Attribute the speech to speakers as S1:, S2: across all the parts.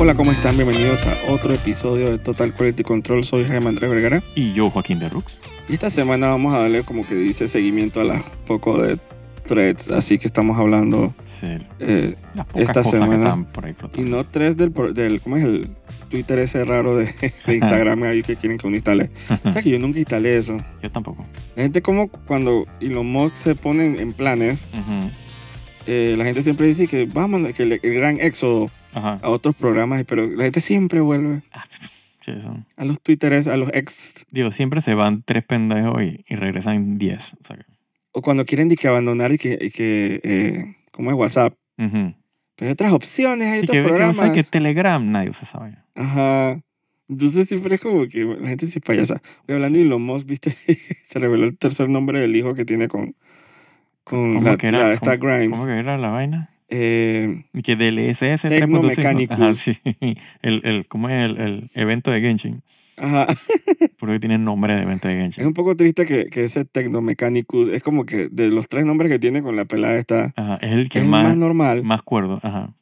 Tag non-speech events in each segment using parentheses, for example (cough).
S1: Hola, ¿cómo están? Bienvenidos a otro episodio de Total Quality Control. Soy Jaime Andrés Vergara.
S2: Y yo, Joaquín de Rux.
S1: Y esta semana vamos a darle como que dice seguimiento a las poco de threads. Así que estamos hablando
S2: Sí,
S1: eh,
S2: las pocas
S1: Esta
S2: cosas
S1: semana-
S2: que están por ahí
S1: Y
S2: (laughs) flotando.
S1: no tres del, pro- del ¿cómo es el Twitter ese raro de, (laughs) de Instagram ahí que quieren que uno instale? O sea que yo nunca instalé eso.
S2: yo tampoco.
S1: La gente como cuando Elon Musk se pone en- en planes,
S2: Ujú.
S1: eh, la gente siempre dice que vamos, que el, el gran éxodo
S2: Ajá.
S1: a otros programas, pero la gente siempre vuelve
S2: Ah, sí, eso.
S1: a los Twitteres, a los ex,
S2: Digo, siempre se van tres pendejos y, y regresan diez. O sea que-
S1: o cuando quieren que abandonar y que, y que eh, ¿cómo es WhatsApp?
S2: Ujú.
S1: Pero hay otras opciones, hay
S2: Sí,
S1: otros
S2: que, que, o
S1: programas.
S2: sea, que Telegram nadie usa esa vaina.
S1: Ajá. Entonces siempre es como que la gente se payasa. Oye, hablando de Elon Musk, ¿viste? (laughs) se reveló el tercer nombre del hijo que tiene con, con
S2: ¿Cómo
S1: la,
S2: que era?
S1: la- esta Grimes.
S2: ¿Cómo que era la vaina?
S1: Eh,
S2: Y que DLSS 3.5.
S1: Tecnomecánicos.
S2: Ajá, sí. (laughs) El, el, ¿Cómo es el, el evento de Genshin?
S1: ajá.
S2: Por que tiene nombre de evento de
S1: Es
S2: Genshin.
S1: un poco triste que, que ese Tecnomecánicus es como que de los tres nombres que tiene con la pelada esta,
S2: Ajá, es el
S1: que
S2: que
S1: es el más,
S2: más,
S1: normal.
S2: más cuerdo. Ajá.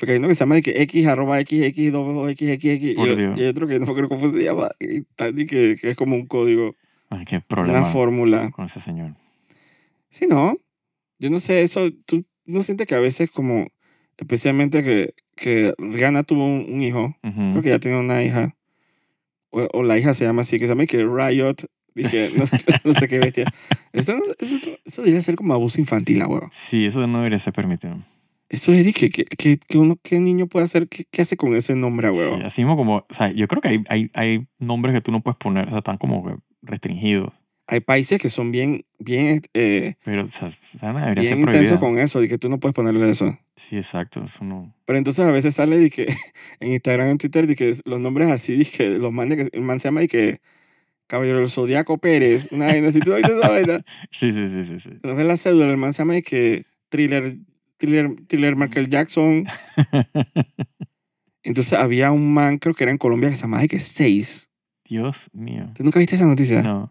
S1: Porque hay uno que se llama de que X, arroba X, X, doble X, X, X. Y,
S2: Por
S1: el-
S2: Dios.
S1: y hay otro que no creo cómo se llama. Y, tal, y que, que es como un código,
S2: Ay, qué
S1: una
S2: problema
S1: fórmula.
S2: con ese señor.
S1: Sí, ¿no? Yo no sé, eso, tú no sientes que a veces como, especialmente que, que Rihanna tuvo un, un hijo,
S2: Ujú.
S1: creo que ya tiene una hija, o, o la hija se llama así, que se llama y que Riot, dije, no, (laughs) no sé qué bestia. Eso, eso, eso debería ser como abuso infantil, la hueva.
S2: Sí, eso no debería ser permitido.
S1: Eso es, dije, que, que, que uno, ¿qué niño puede hacer? ¿Qué, qué hace con ese nombre, a Ah, huevo?
S2: Sí, así mismo como, o sea, yo creo que hay, hay, hay nombres que tú no puedes poner, o sea, están como que restringidos,
S1: Hay países que son bien, bien, eh,
S2: pero o sea, esa vaina debería
S1: bien
S2: ser prohibida.
S1: intensos con eso, y que tú no puedes ponerle eso.
S2: Sí, exacto, eso no.
S1: Pero entonces a veces sale de que (laughs) en Instagram, en Twitter, de que los nombres así, de que los manes, que el man se llama y que Caballero del Zodiaco Pérez, una vaina así, tú oíste esa
S2: (laughs)
S1: vaina.
S2: Sí, sí, sí, sí, sí.
S1: Nos ves la cédula, el man se llama y que Thriller, Thriller, Thriller
S2: Mm.
S1: Michael
S2: (laughs)
S1: Jackson. Entonces había un man, creo que era en Colombia, que se llamaba de que Seis.
S2: Dios mío.
S1: ¿Tú nunca viste esa noticia?
S2: No.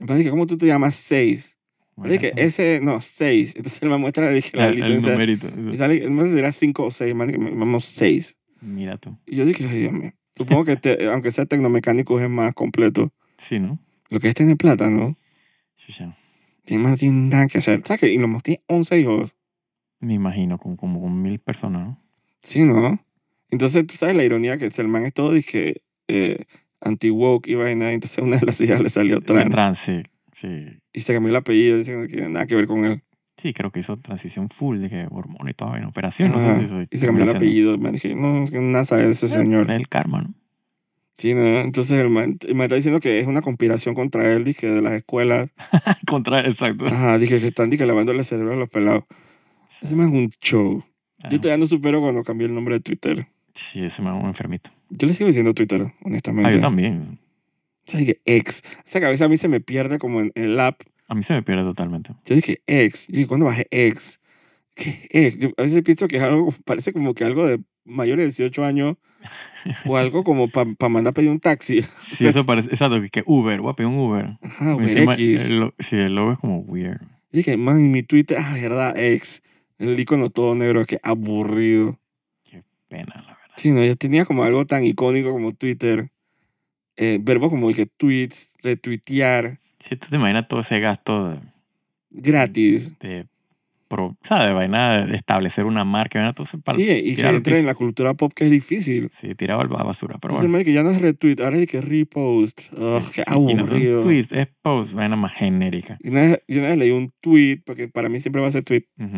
S1: El man dije, ¿cómo tú te llamas Seis?
S2: bueno,
S1: Pero dije, ese, no, Seis. Entonces el man muestra dije, la
S2: el, el
S1: licencia.
S2: numerito.
S1: Y sale, no sé si era cinco o seis, man, dije, vamos seis.
S2: Mira tú.
S1: Y yo dije, ay, Dios mío. Supongo que te- (laughs) aunque sea tecnomecánico es más completo.
S2: Sí, ¿no?
S1: Lo que es tener plata, ¿no?
S2: Chucha,
S1: Tiene más tiene nada que hacer. ¿Sabes que Elon Musk tiene 11 hijos?
S2: Me imagino, con, como con mil personas, ¿no?
S1: Sí, ¿no? Entonces, tú sabes la ironía que el man es todo, dije, eh, anti-woke y vaina. Entonces, una de las hijas le salió trans.
S2: Trance. Sí.
S1: Y se cambió el apellido, diciendo que nada que ver con él.
S2: Sí, creo que hizo transición full de que hormonas y toda en operación. No
S1: Ajá.
S2: sé si Eh, eso-
S1: y se cambió el
S2: operación, ¿no?
S1: apellido. Man, dije, no, es que nada sabe de ese señor.
S2: Es el karma, ¿no? (laughs)
S1: Sí, ¿no? Entonces, el man, el man está diciendo que es una conspiración contra él, dije, de las escuelas.
S2: Contra, exacto.
S1: Ajá, dije que están, dije, lavándole el cerebro a los pelados. Ese man es un show.
S2: Ah,
S1: Yo todavía no supero cuando cambié el nombre de Twitter.
S2: Sí, ese me un enfermito.
S1: Yo le sigo diciendo Twitter,
S2: Ah,
S1: honestamente.
S2: yo también.
S1: O sea, dije ex. O sea, que a veces a mí se me pierde como en el app.
S2: A mí se me pierde totalmente.
S1: Yo dije ex. Yo dije, ¿cuándo bajé ex? ¿Qué ex? Yo a veces pienso que es algo, parece como que algo de mayores de 18
S2: (laughs)
S1: años o algo como para mandar a pedir un taxi.
S2: Sí, eso parece. Exacto, que- que Uber, voy a pedir un Uber.
S1: Ajá, Pues Uber
S2: Encima,
S1: X.
S2: el lo- Pues sí, el logo es como weird.
S1: Yo dije, man, y mi Twitter, ah, verdad, ex. El icono todo negro, que aburrido.
S2: Pena, la verdad.
S1: Sí, no, ya tenía como algo tan icónico como Twitter. Eh, verbos como el que tweets, retuitear.
S2: Si tú te imaginas todo ese gasto de,
S1: gratis.
S2: de pro- ¿sabes? De vaina de establecer una marca, vaina, todo se pal-
S1: sí, y que
S2: tirar
S1: entra
S2: piso.
S1: en la cultura pop que es difícil.
S2: Sí, tirado a la basura, pero
S1: Entonces,
S2: bueno.
S1: man, que ya no es retweet, ahora es que repost. Ugh,
S2: Sí,
S1: qué
S2: sí, y no son
S1: aburrido.
S2: tweets, es post, vaina más genérica.
S1: Y una vez, yo una vez leí un tweet, porque para mí siempre va a ser tweet,
S2: Ujú.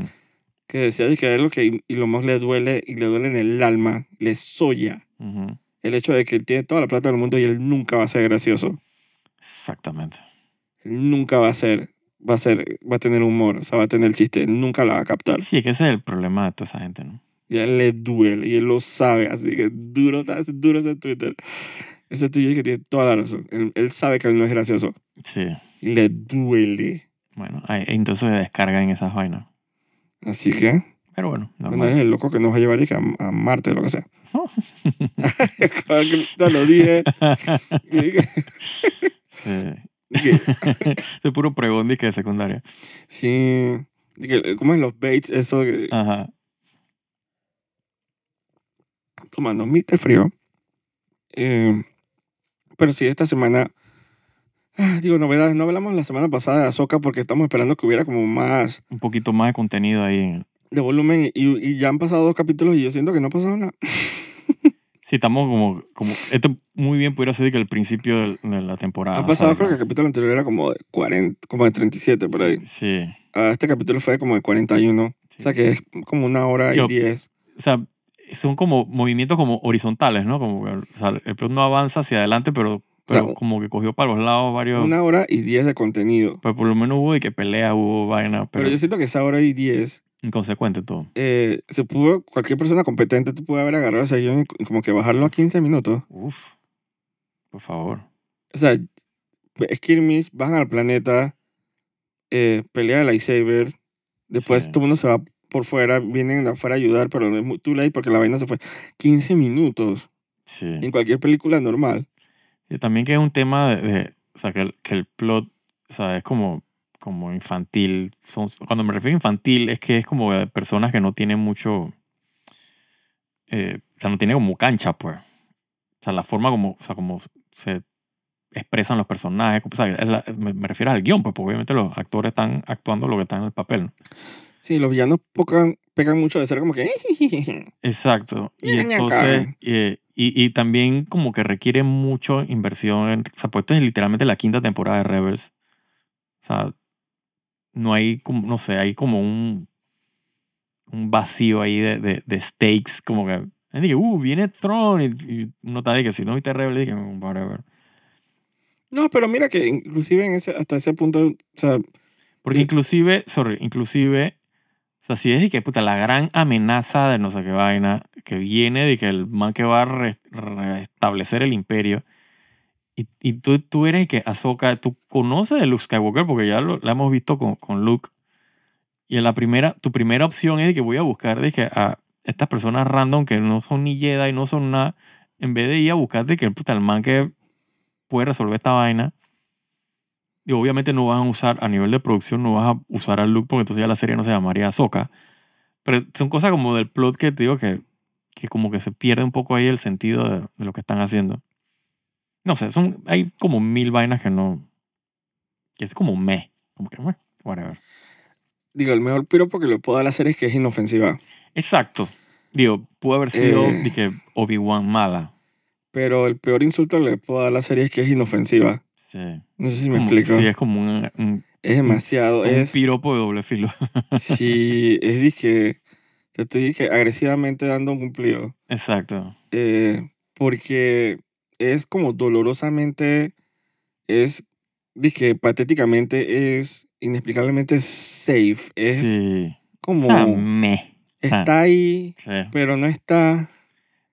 S1: que decía de que es lo que y lo más le duele y le duele en el alma, le soya.
S2: Ujú.
S1: El hecho de que él tiene toda la plata del mundo y él nunca va a ser gracioso.
S2: Exactamente.
S1: Él nunca va a ser, va a ser, va a tener humor, o sea, va a tener chiste, él nunca la va a captar.
S2: Sí, es que ese es el problema de toda esa gente, ¿no?
S1: Y a él le duele y él lo sabe. Así que duro, está- es duro ese Twitter. Ese Twitter que tiene toda la razón. Él, él sabe que él no es gracioso.
S2: Sí.
S1: Y le duele.
S2: Bueno, ahí- entonces se descargan esas vainas.
S1: Así que,
S2: Pero bueno,
S1: bueno,
S2: normal.
S1: es el loco que nos va a llevar y que a, a Marte, lo que sea. (laughs) Cada que te lo dije. y dije-
S2: (laughs) Sí.
S1: dije,
S2: De puro pregón y que de secundaria.
S1: sí. Dije, ¿Cómo es los baits? Eso. que-
S2: Ajá.
S1: tomando mi té frío. Eh, pero sí, esta semana, ah, digo, novedades, no hablamos la semana pasada de Azoka porque estamos esperando que hubiera como más
S2: Un poquito más de contenido ahí. en-
S1: de volumen y, y ya han pasado dos capítulos y yo siento que no ha pasado nada.
S2: Sí, estamos como, como... Esto muy bien pudiera ser que el principio del- de la temporada.
S1: ha pasado,
S2: ¿sabes?
S1: creo que el capítulo anterior era como de, 40, como de 37 por ahí.
S2: Sí.
S1: Ah, este capítulo fue como de 41,
S2: sí.
S1: o sea que es como una hora y
S2: Yo-
S1: 10.
S2: o sea, son como movimientos como horizontales, ¿no? Como que, o sea, el plot no avanza hacia adelante, pero, pero
S1: sea,
S2: como que cogió para los lados varios...
S1: Una hora y 10 de contenido.
S2: Pero por lo menos hubo y que pelea, hubo vaina,
S1: Pero,
S2: pero,
S1: yo siento que esa hora y 10
S2: inconsecuente todo.
S1: eh, se pudo, cualquier persona competente, tú puede haber agarrado ese guión y como que bajarlo a 15 minutos.
S2: Uf, por favor.
S1: O sea, Skirmish, bajan al planeta, eh, pelea de lightsaber, después
S2: Sí.
S1: todo el mundo se va por fuera, vienen de afuera a ayudar, pero no es muy too late porque la vaina se fue. 15 minutos
S2: Sí.
S1: en cualquier película normal.
S2: Y también que es un tema de, de- o sea, que el, que el plot, o sea, es como, como infantil. Son, cuando me refiero a infantil es que es como de personas que no tienen mucho, eh, o sea, no tienen como cancha, pues. O sea, la forma como, o sea, como se expresan los personajes, o sea, es la- me, me refiero al guión, pues, porque obviamente los actores están actuando lo que está en el papel. ¿no?
S1: Sí, los villanos pocan- pecan mucho de ser como que... (laughs)
S2: Exacto. Y
S1: Ñaca,
S2: entonces,
S1: ñaca.
S2: eh, y, y también como que requiere mucho inversión. En, o sea, pues esto es literalmente la quinta temporada de Rebels. O sea, no hay como, no sé, hay como un, un vacío ahí de, de, de stakes, como que, es de que, uh, viene Tron, y, y uno está de que si no viste Rebels, dije, "Mm, whatever.
S1: No, pero mira que inclusive en ese, hasta ese punto, o sea,
S2: Porque
S1: Sí.
S2: inclusive, sorry, inclusive, o sea, si es de que, puta, la gran amenaza de no sé qué vaina, que viene de que el man que va a re- restablecer el imperio, y, y tú, tú eres de que Ahsoka, tú conoces de Luke Skywalker, porque ya lo, la hemos visto con, con Luke, y en la primera, tu primera opción es de que voy a buscar de que a estas personas random que no son ni Jedi, no son nada, en vez de ir a buscar de que, puta, el man que puede resolver esta vaina, y obviamente no vas a usar, a nivel de producción, no vas a usar al Luke porque entonces ya la serie no se llamaría Ahsoka. Pero son cosas como del plot que te digo que, que como que se pierde un poco ahí el sentido de, de lo que están haciendo. No sé, son, hay como mil vainas que no... que es como me. Como que, bueno, whatever.
S1: digo, el mejor piropo que le puedo dar a la serie es que es inofensiva.
S2: Exacto. Digo, pudo haber sido,
S1: Eh.
S2: dije, Obi-Wan mala.
S1: Pero el peor insulto que le puedo dar a la serie es que es inofensiva.
S2: Sí.
S1: No sé si me
S2: Como-
S1: explico.
S2: Mm, sí, es como un, un-
S1: Es demasiado.
S2: un
S1: Es,
S2: piropo de doble filo. (laughs)
S1: sí, es dije, te estoy dije, agresivamente dando un cumplido.
S2: Exacto.
S1: Eh, porque es como dolorosamente, es, dije, patéticamente, es inexplicablemente safe. Es
S2: Sí. O
S1: como,
S2: sea, me.
S1: está ahí,
S2: Sí.
S1: pero no está.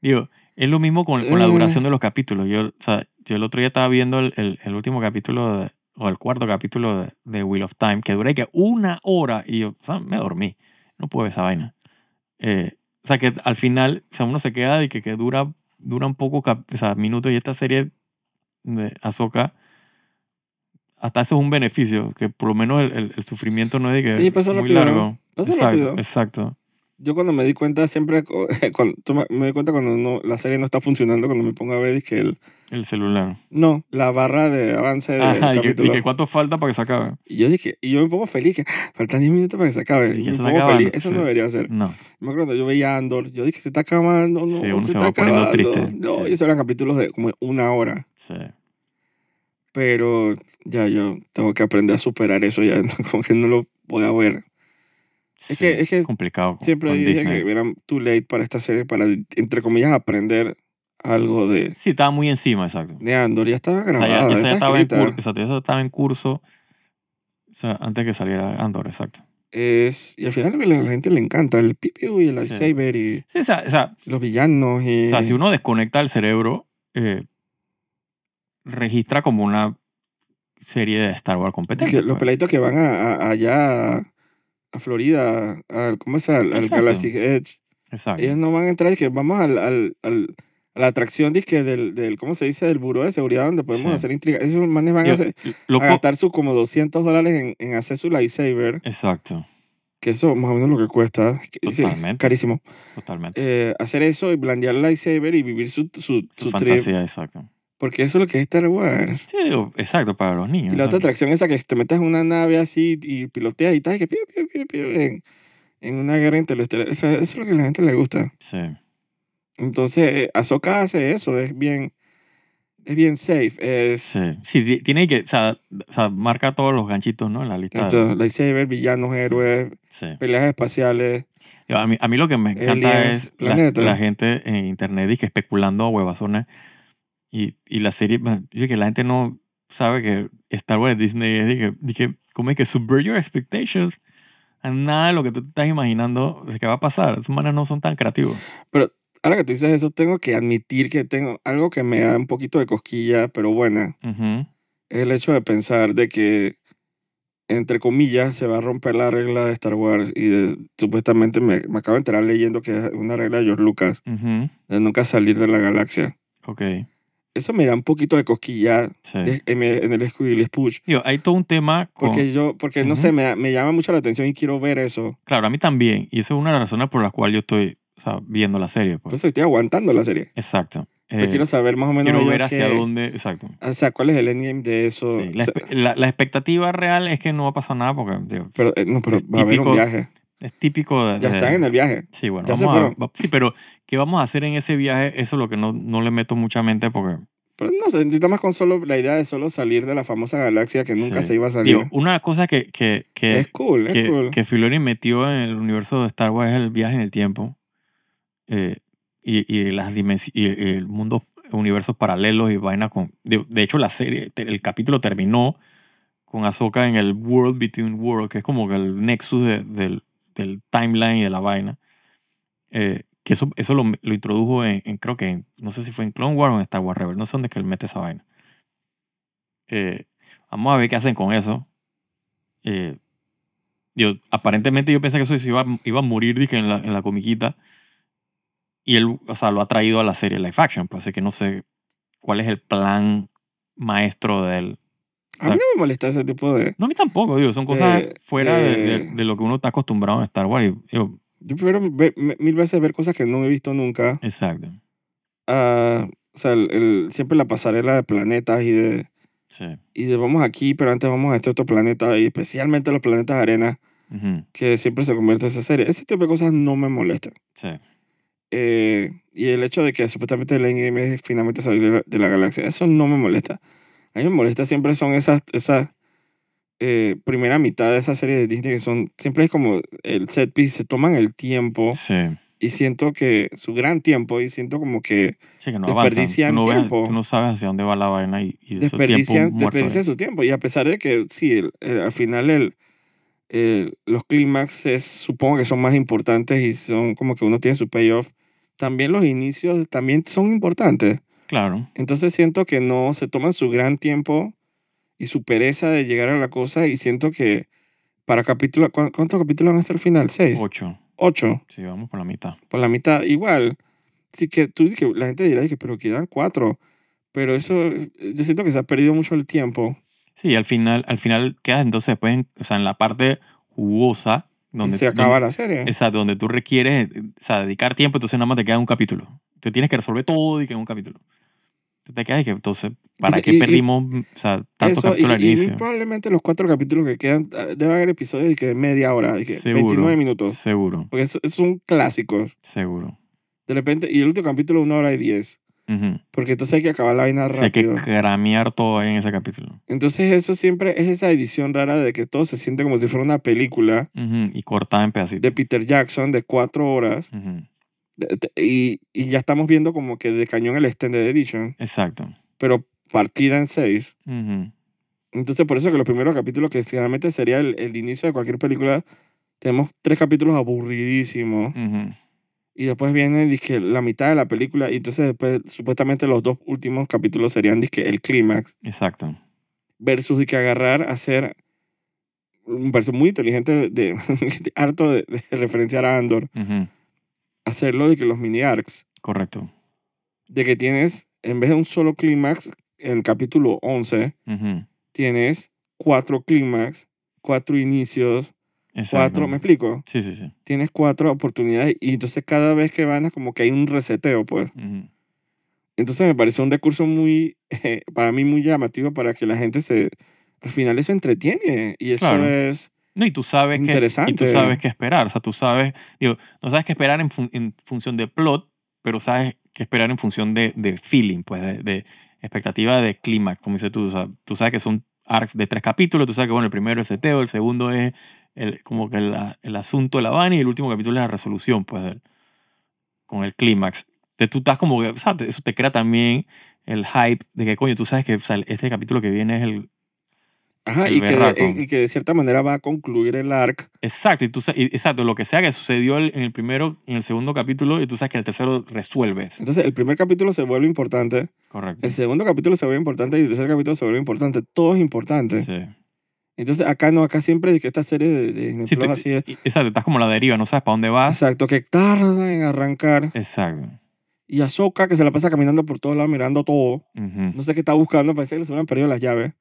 S2: Digo, es lo mismo con, con la
S1: Eh.
S2: duración de los capítulos. Yo, o sea, yo el otro día estaba viendo el, el- el último capítulo de- o el cuarto capítulo de, de Wheel of Time, que duré que una hora y yo o sea, me dormí. No puedo ver esa vaina. Eh, o sea, que al final, o sea, uno se queda y que, que dura, dura un poco, cap- o sea, minutos y esta serie de Ahsoka, hasta eso es un beneficio, que por lo menos el, el- el sufrimiento no es de que
S1: Sí, pasó
S2: muy
S1: rápido,
S2: largo.
S1: Pasa
S2: exacto,
S1: rápido.
S2: exacto.
S1: Yo cuando me di cuenta siempre, (laughs) cuando, tú me, me di cuenta cuando no, la serie no está funcionando, cuando me pongo a ver, dije, el,
S2: El celular.
S1: no, la barra de avance del
S2: Ajá, y que,
S1: Eh, capítulo.
S2: y que cuánto falta para que se acabe.
S1: Y yo dije, y yo me pongo feliz, que faltan 10 minutos para que se acabe.
S2: Sí,
S1: Y me
S2: que se está
S1: pongo
S2: acabando,
S1: feliz, eso
S2: sí.
S1: no debería ser.
S2: No.
S1: Me acuerdo, yo veía Andor, yo dije, se está acabando, no,
S2: Sí, uno
S1: se,
S2: se
S1: está
S2: va poniendo
S1: acabando.
S2: triste,
S1: No,
S2: sí.
S1: y eso eran capítulos de como una hora.
S2: Sí.
S1: Pero ya yo tengo que aprender a superar eso, ya (laughs) no, como que no lo voy a ver.
S2: Sí,
S1: que- es que
S2: complicado. con-
S1: Siempre
S2: con
S1: dije
S2: Disney.
S1: que eran too late para esta serie, para, entre comillas, aprender algo de,
S2: Sí, estaba muy encima, exacto.
S1: de Andor. Ya estaba
S2: O sea,
S1: grabada,
S2: ya, ya
S1: ya
S2: se-
S1: estaba
S2: estaba en
S1: escrita.
S2: curso, exacto, ya estaba en curso o sea, antes que saliera Andor, exacto.
S1: Es, y al final lo que a la gente le encanta, el pipiu y el
S2: Sí.
S1: lightsaber y
S2: Sí, o sea, o sea,
S1: los villanos y...
S2: o sea, si uno desconecta el cerebro, eh, registra como una serie de Star Wars
S1: Dije,
S2: competente.
S1: los
S2: pues.
S1: peladitos que van a, a- allá a- a Florida, al, ¿cómo es? Al, al
S2: Exacto.
S1: Galaxy Edge.
S2: Exacto.
S1: Ellos no van a entrar, que vamos al, al, al- a la atracción, dizque, del, del, ¿cómo se dice? Del buró de seguridad donde podemos
S2: Sí.
S1: hacer intriga. Esos manes van a,
S2: Yo-
S1: hacer,
S2: lo
S1: a
S2: co-
S1: gastar sus como 200 dólares en, en hacer su lightsaber.
S2: exacto.
S1: que eso más o menos lo que cuesta. que es- es
S2: Totalmente.
S1: carísimo.
S2: Totalmente.
S1: Eh, hacer eso y blandear lightsaber y vivir su, su,
S2: Su
S1: su trip.
S2: fantasía, exacto.
S1: Porque eso es lo que es Star Wars.
S2: Sí, digo, exacto, para los niños.
S1: Y la
S2: ¿no?
S1: otra atracción esa que te metes en una nave así y piloteas y tal, y que piu, piu, piu, piu, en, en una guerra interestelar. O sea, eso es lo que a la gente le gusta.
S2: Sí.
S1: Entonces, eh, Ahsoka hace eso, es bien, es bien safe. Es,
S2: Sí, sí, ti- tiene que, o sea, o sea, marca todos los ganchitos, ¿no? En la lista. de-
S1: tanto lightsaber, villanos,
S2: Sí.
S1: héroes,
S2: sí.
S1: peleas espaciales.
S2: Yo, A mí, a mí lo que me encanta
S1: Aliens,
S2: es la,
S1: planeta.
S2: la gente en internet y que especulando a huevazones. Y, y la serie, man, yo que la gente no sabe que Star Wars Disney es, dije, dije, ¿cómo es que subvert your expectations? A Nada de lo que tú te estás imaginando es que va a pasar. Esos manes no son tan creativos.
S1: Ahora que tú dices eso, tengo que admitir que tengo algo que me da un poquito de cosquilla, pero buena.
S2: Ujú.
S1: Es el hecho de pensar de que, entre comillas, se va a romper la regla de Star Wars. Y de- supuestamente me, me acabo de enterar leyendo que es una regla de George Lucas,
S2: Ujú.
S1: de nunca salir de la galaxia.
S2: Ok,
S1: Eso me da un poquito de cosquilla
S2: sí.
S1: de- en, el- en el Scooby Spooch.
S2: Digo, hay todo un tema con...
S1: Porque yo, porque no
S2: Ujú.
S1: sé, me, da- me llama mucho la atención y quiero ver eso.
S2: Claro, a mí también. Y eso es una de las razones por las cuales yo estoy o sea, viendo la serie.
S1: Por
S2: Pues.
S1: eso estoy aguantando la serie.
S2: Exacto.
S1: Pero
S2: Eh,
S1: quiero saber más o Pues menos.
S2: quiero
S1: yo
S2: ver hacia
S1: qué-
S2: dónde. Exacto.
S1: O sea, cuál es el endgame de eso.
S2: Sí, La,
S1: O sea,
S2: espe- la- la expectativa real es que no va a pasar nada porque digo,
S1: pero, eh, no, pero
S2: Es
S1: va a haber un
S2: típico-
S1: viaje.
S2: es típico de.
S1: Ya
S2: de-
S1: están en el viaje.
S2: Sí, bueno,
S1: ya se
S2: vamos a-
S1: fueron.
S2: va- sí, pero ¿qué vamos a hacer en ese viaje? Eso es lo que no, no le meto mucha mente porque.
S1: Pero no sé, necesita más con solo la idea de solo salir de la famosa galaxia que nunca
S2: Sí.
S1: se iba a salir.
S2: Digo, una cosa que, que, que,
S1: es cool, es
S2: que,
S1: cool.
S2: que Filoni metió en el universo de Star Wars es el viaje en el tiempo eh, y, y las dimensiones y el mundo universos paralelos y vaina con de, de hecho la serie te- el capítulo terminó con Ahsoka en el World Between Worlds que es como que el nexus de- del, del timeline y de la vaina Eh, que eso, eso lo, lo introdujo en, en- creo que en- no sé si fue en Clone Wars o en Star Wars Rebel no sé dónde es que él mete esa vaina Eh, vamos a ver qué hacen con eso Eh, Digo, aparentemente yo pensé que eso se iba, iba a morir dije, en, la, en la comiquita. Y él, o sea, lo ha traído a la serie Life Action. Pues, así que no sé cuál es el plan maestro de él.
S1: a mí no me molesta ese tipo de...
S2: No, a mí tampoco, digo, son cosas
S1: Eh,
S2: fuera de, de-
S1: eh.
S2: de lo que uno está acostumbrado en Star Wars. Y, digo,
S1: Yo prefiero ver- me- mil veces ver cosas que no he visto nunca.
S2: exacto.
S1: Ah, o sea, el- el- siempre la pasarela de planetas y de,
S2: Sí.
S1: y de vamos aquí, pero antes vamos a este otro planeta, y especialmente los planetas de arena,
S2: Ujú,
S1: que siempre se convierte en esa serie. Ese tipo de cosas no me molestan.
S2: sí.
S1: Eh, y el hecho de que supuestamente el endgame es finalmente salir de la- de la galaxia, eso no me molesta. A mí me molesta siempre son esas, esas eh, primera mitad de esas series de Disney que son, siempre es como el set piece, se toman el tiempo
S2: Sí.
S1: y siento que su gran tiempo y siento como que
S2: Sí, que no avanzan. Tú
S1: Desperdician
S2: no, ves-
S1: tiempo.
S2: tú no sabes hacia dónde va la vaina y, y eso tiempo
S1: desperdician,
S2: muerto.
S1: desperdician su tiempo. Y a pesar de que, sí, el- el- al final el, el- los clímax es- supongo que son más importantes y son como que uno tiene su payoff, también los inicios también son importantes.
S2: Claro.
S1: Entonces siento que no se toman su gran tiempo y su pereza de llegar a la cosa y siento que para capítulo, ¿cu- ¿cuántos capítulos van hasta el final? ¿Seis?
S2: Ocho.
S1: ¿Ocho?
S2: Sí, vamos por la mitad.
S1: Por la mitad, igual. Así que tú, que la gente dirá, que, pero quedan cuatro. Pero eso, eh, yo siento que se ha perdido mucho el tiempo.
S2: Sí, al final, al final quedas entonces después, en, o sea, en la parte jugosa, donde,
S1: y se acaba
S2: donde,
S1: la serie.
S2: exacto, donde tú requieres, eh, o sea, dedicar tiempo, entonces nada más te queda un capítulo. Tú tienes que resolver todo y que en un capítulo. Entonces te quedas y que entonces, ¿para
S1: Entonces,
S2: qué
S1: y- y-
S2: perdimos, o sea, tantos
S1: Eso, y,
S2: capítulos al
S1: y
S2: inicio?
S1: probablemente los cuatro capítulos que quedan, ah, debe haber episodios de que media hora, de que
S2: Seguro.
S1: 29 minutos.
S2: Seguro,
S1: Porque es- son clásicos.
S2: seguro.
S1: De repente, y el último capítulo, una hora y diez.
S2: Ujú.
S1: Porque entonces hay que acabar la vaina
S2: O sea, hay que
S1: rápido.
S2: cramear todo ahí en ese capítulo.
S1: Entonces eso siempre es esa edición rara de que todo se siente como si fuera una película
S2: Ujú, Y cortada en pedacitos.
S1: de Peter Jackson de cuatro horas
S2: Ujú,
S1: de- de- y, y ya estamos viendo como que de cañón el extended edition,
S2: Exacto.
S1: pero partida en seis.
S2: Ujú,
S1: Entonces por eso que los primeros capítulos, que generalmente sería el, el inicio de cualquier película, tenemos tres capítulos aburridísimos
S2: ujú.
S1: y después viene dizque, la mitad de la película y entonces después supuestamente los dos últimos capítulos serían dizque, el clímax
S2: Exacto.
S1: versus de que agarrar, hacer... Me pareció muy inteligente de, (laughs) de- harto de, de referenciar a Andor,
S2: Ujú,
S1: hacerlo de que los mini arcs,
S2: Correcto.
S1: de que tienes, en vez de un solo clímax, en el capítulo 11,
S2: Ujú,
S1: tienes cuatro clímax, cuatro inicios, cuatro, ¿me explico?
S2: Sí, sí, sí.
S1: Tienes cuatro oportunidades y entonces cada vez que van es como que hay un reseteo, pues.
S2: Ujú.
S1: Entonces me pareció un recurso muy, (laughs) eh, para mí muy llamativo para que la gente se, al final eso entretiene y eso
S2: Claro.
S1: es,
S2: No, y tú sabes que y tú
S1: Interesante.
S2: sabes qué esperar, o sea, tú sabes, digo, no sabes qué esperar en, fun- en función de plot, pero sabes qué esperar en función de, de feeling, pues de, de expectativa de clímax, como dices tú, o sea, tú sabes que son arcs de tres capítulos, tú sabes que bueno, el primero es seteo, el segundo es el, como que el, el asunto de la vaina y el último capítulo es la resolución, pues del- con el clímax. Entonces tú estás como que, o sea, te- eso te crea también el hype de que coño, tú sabes que o sea, este capítulo que viene es el,
S1: ajá,
S2: El
S1: y que, eh,
S2: berraco.
S1: y que de cierta manera va a concluir el arc.
S2: Exacto, y tú sa- y- exacto, lo que sea que sucedió el- en el primero, en el segundo capítulo, y tú sabes que el tercero resuelves.
S1: Entonces el primer capítulo se vuelve importante,
S2: Correcto.
S1: el segundo capítulo se vuelve importante y el tercer capítulo se vuelve importante, todo es importante.
S2: Sí.
S1: Entonces acá no, acá siempre es que esta serie de, de Disney
S2: Sí, Ah.
S1: Plus
S2: tú-
S1: así es.
S2: y- exacto, estás como a la deriva, no sabes para dónde vas.
S1: Exacto, que tarda en arrancar.
S2: Exacto.
S1: Y Ahsoka, que se la pasa caminando por todos lados, mirando todo.
S2: Ujú.
S1: No sé qué está buscando, parece que se le han perdido las
S2: (laughs)
S1: llaves.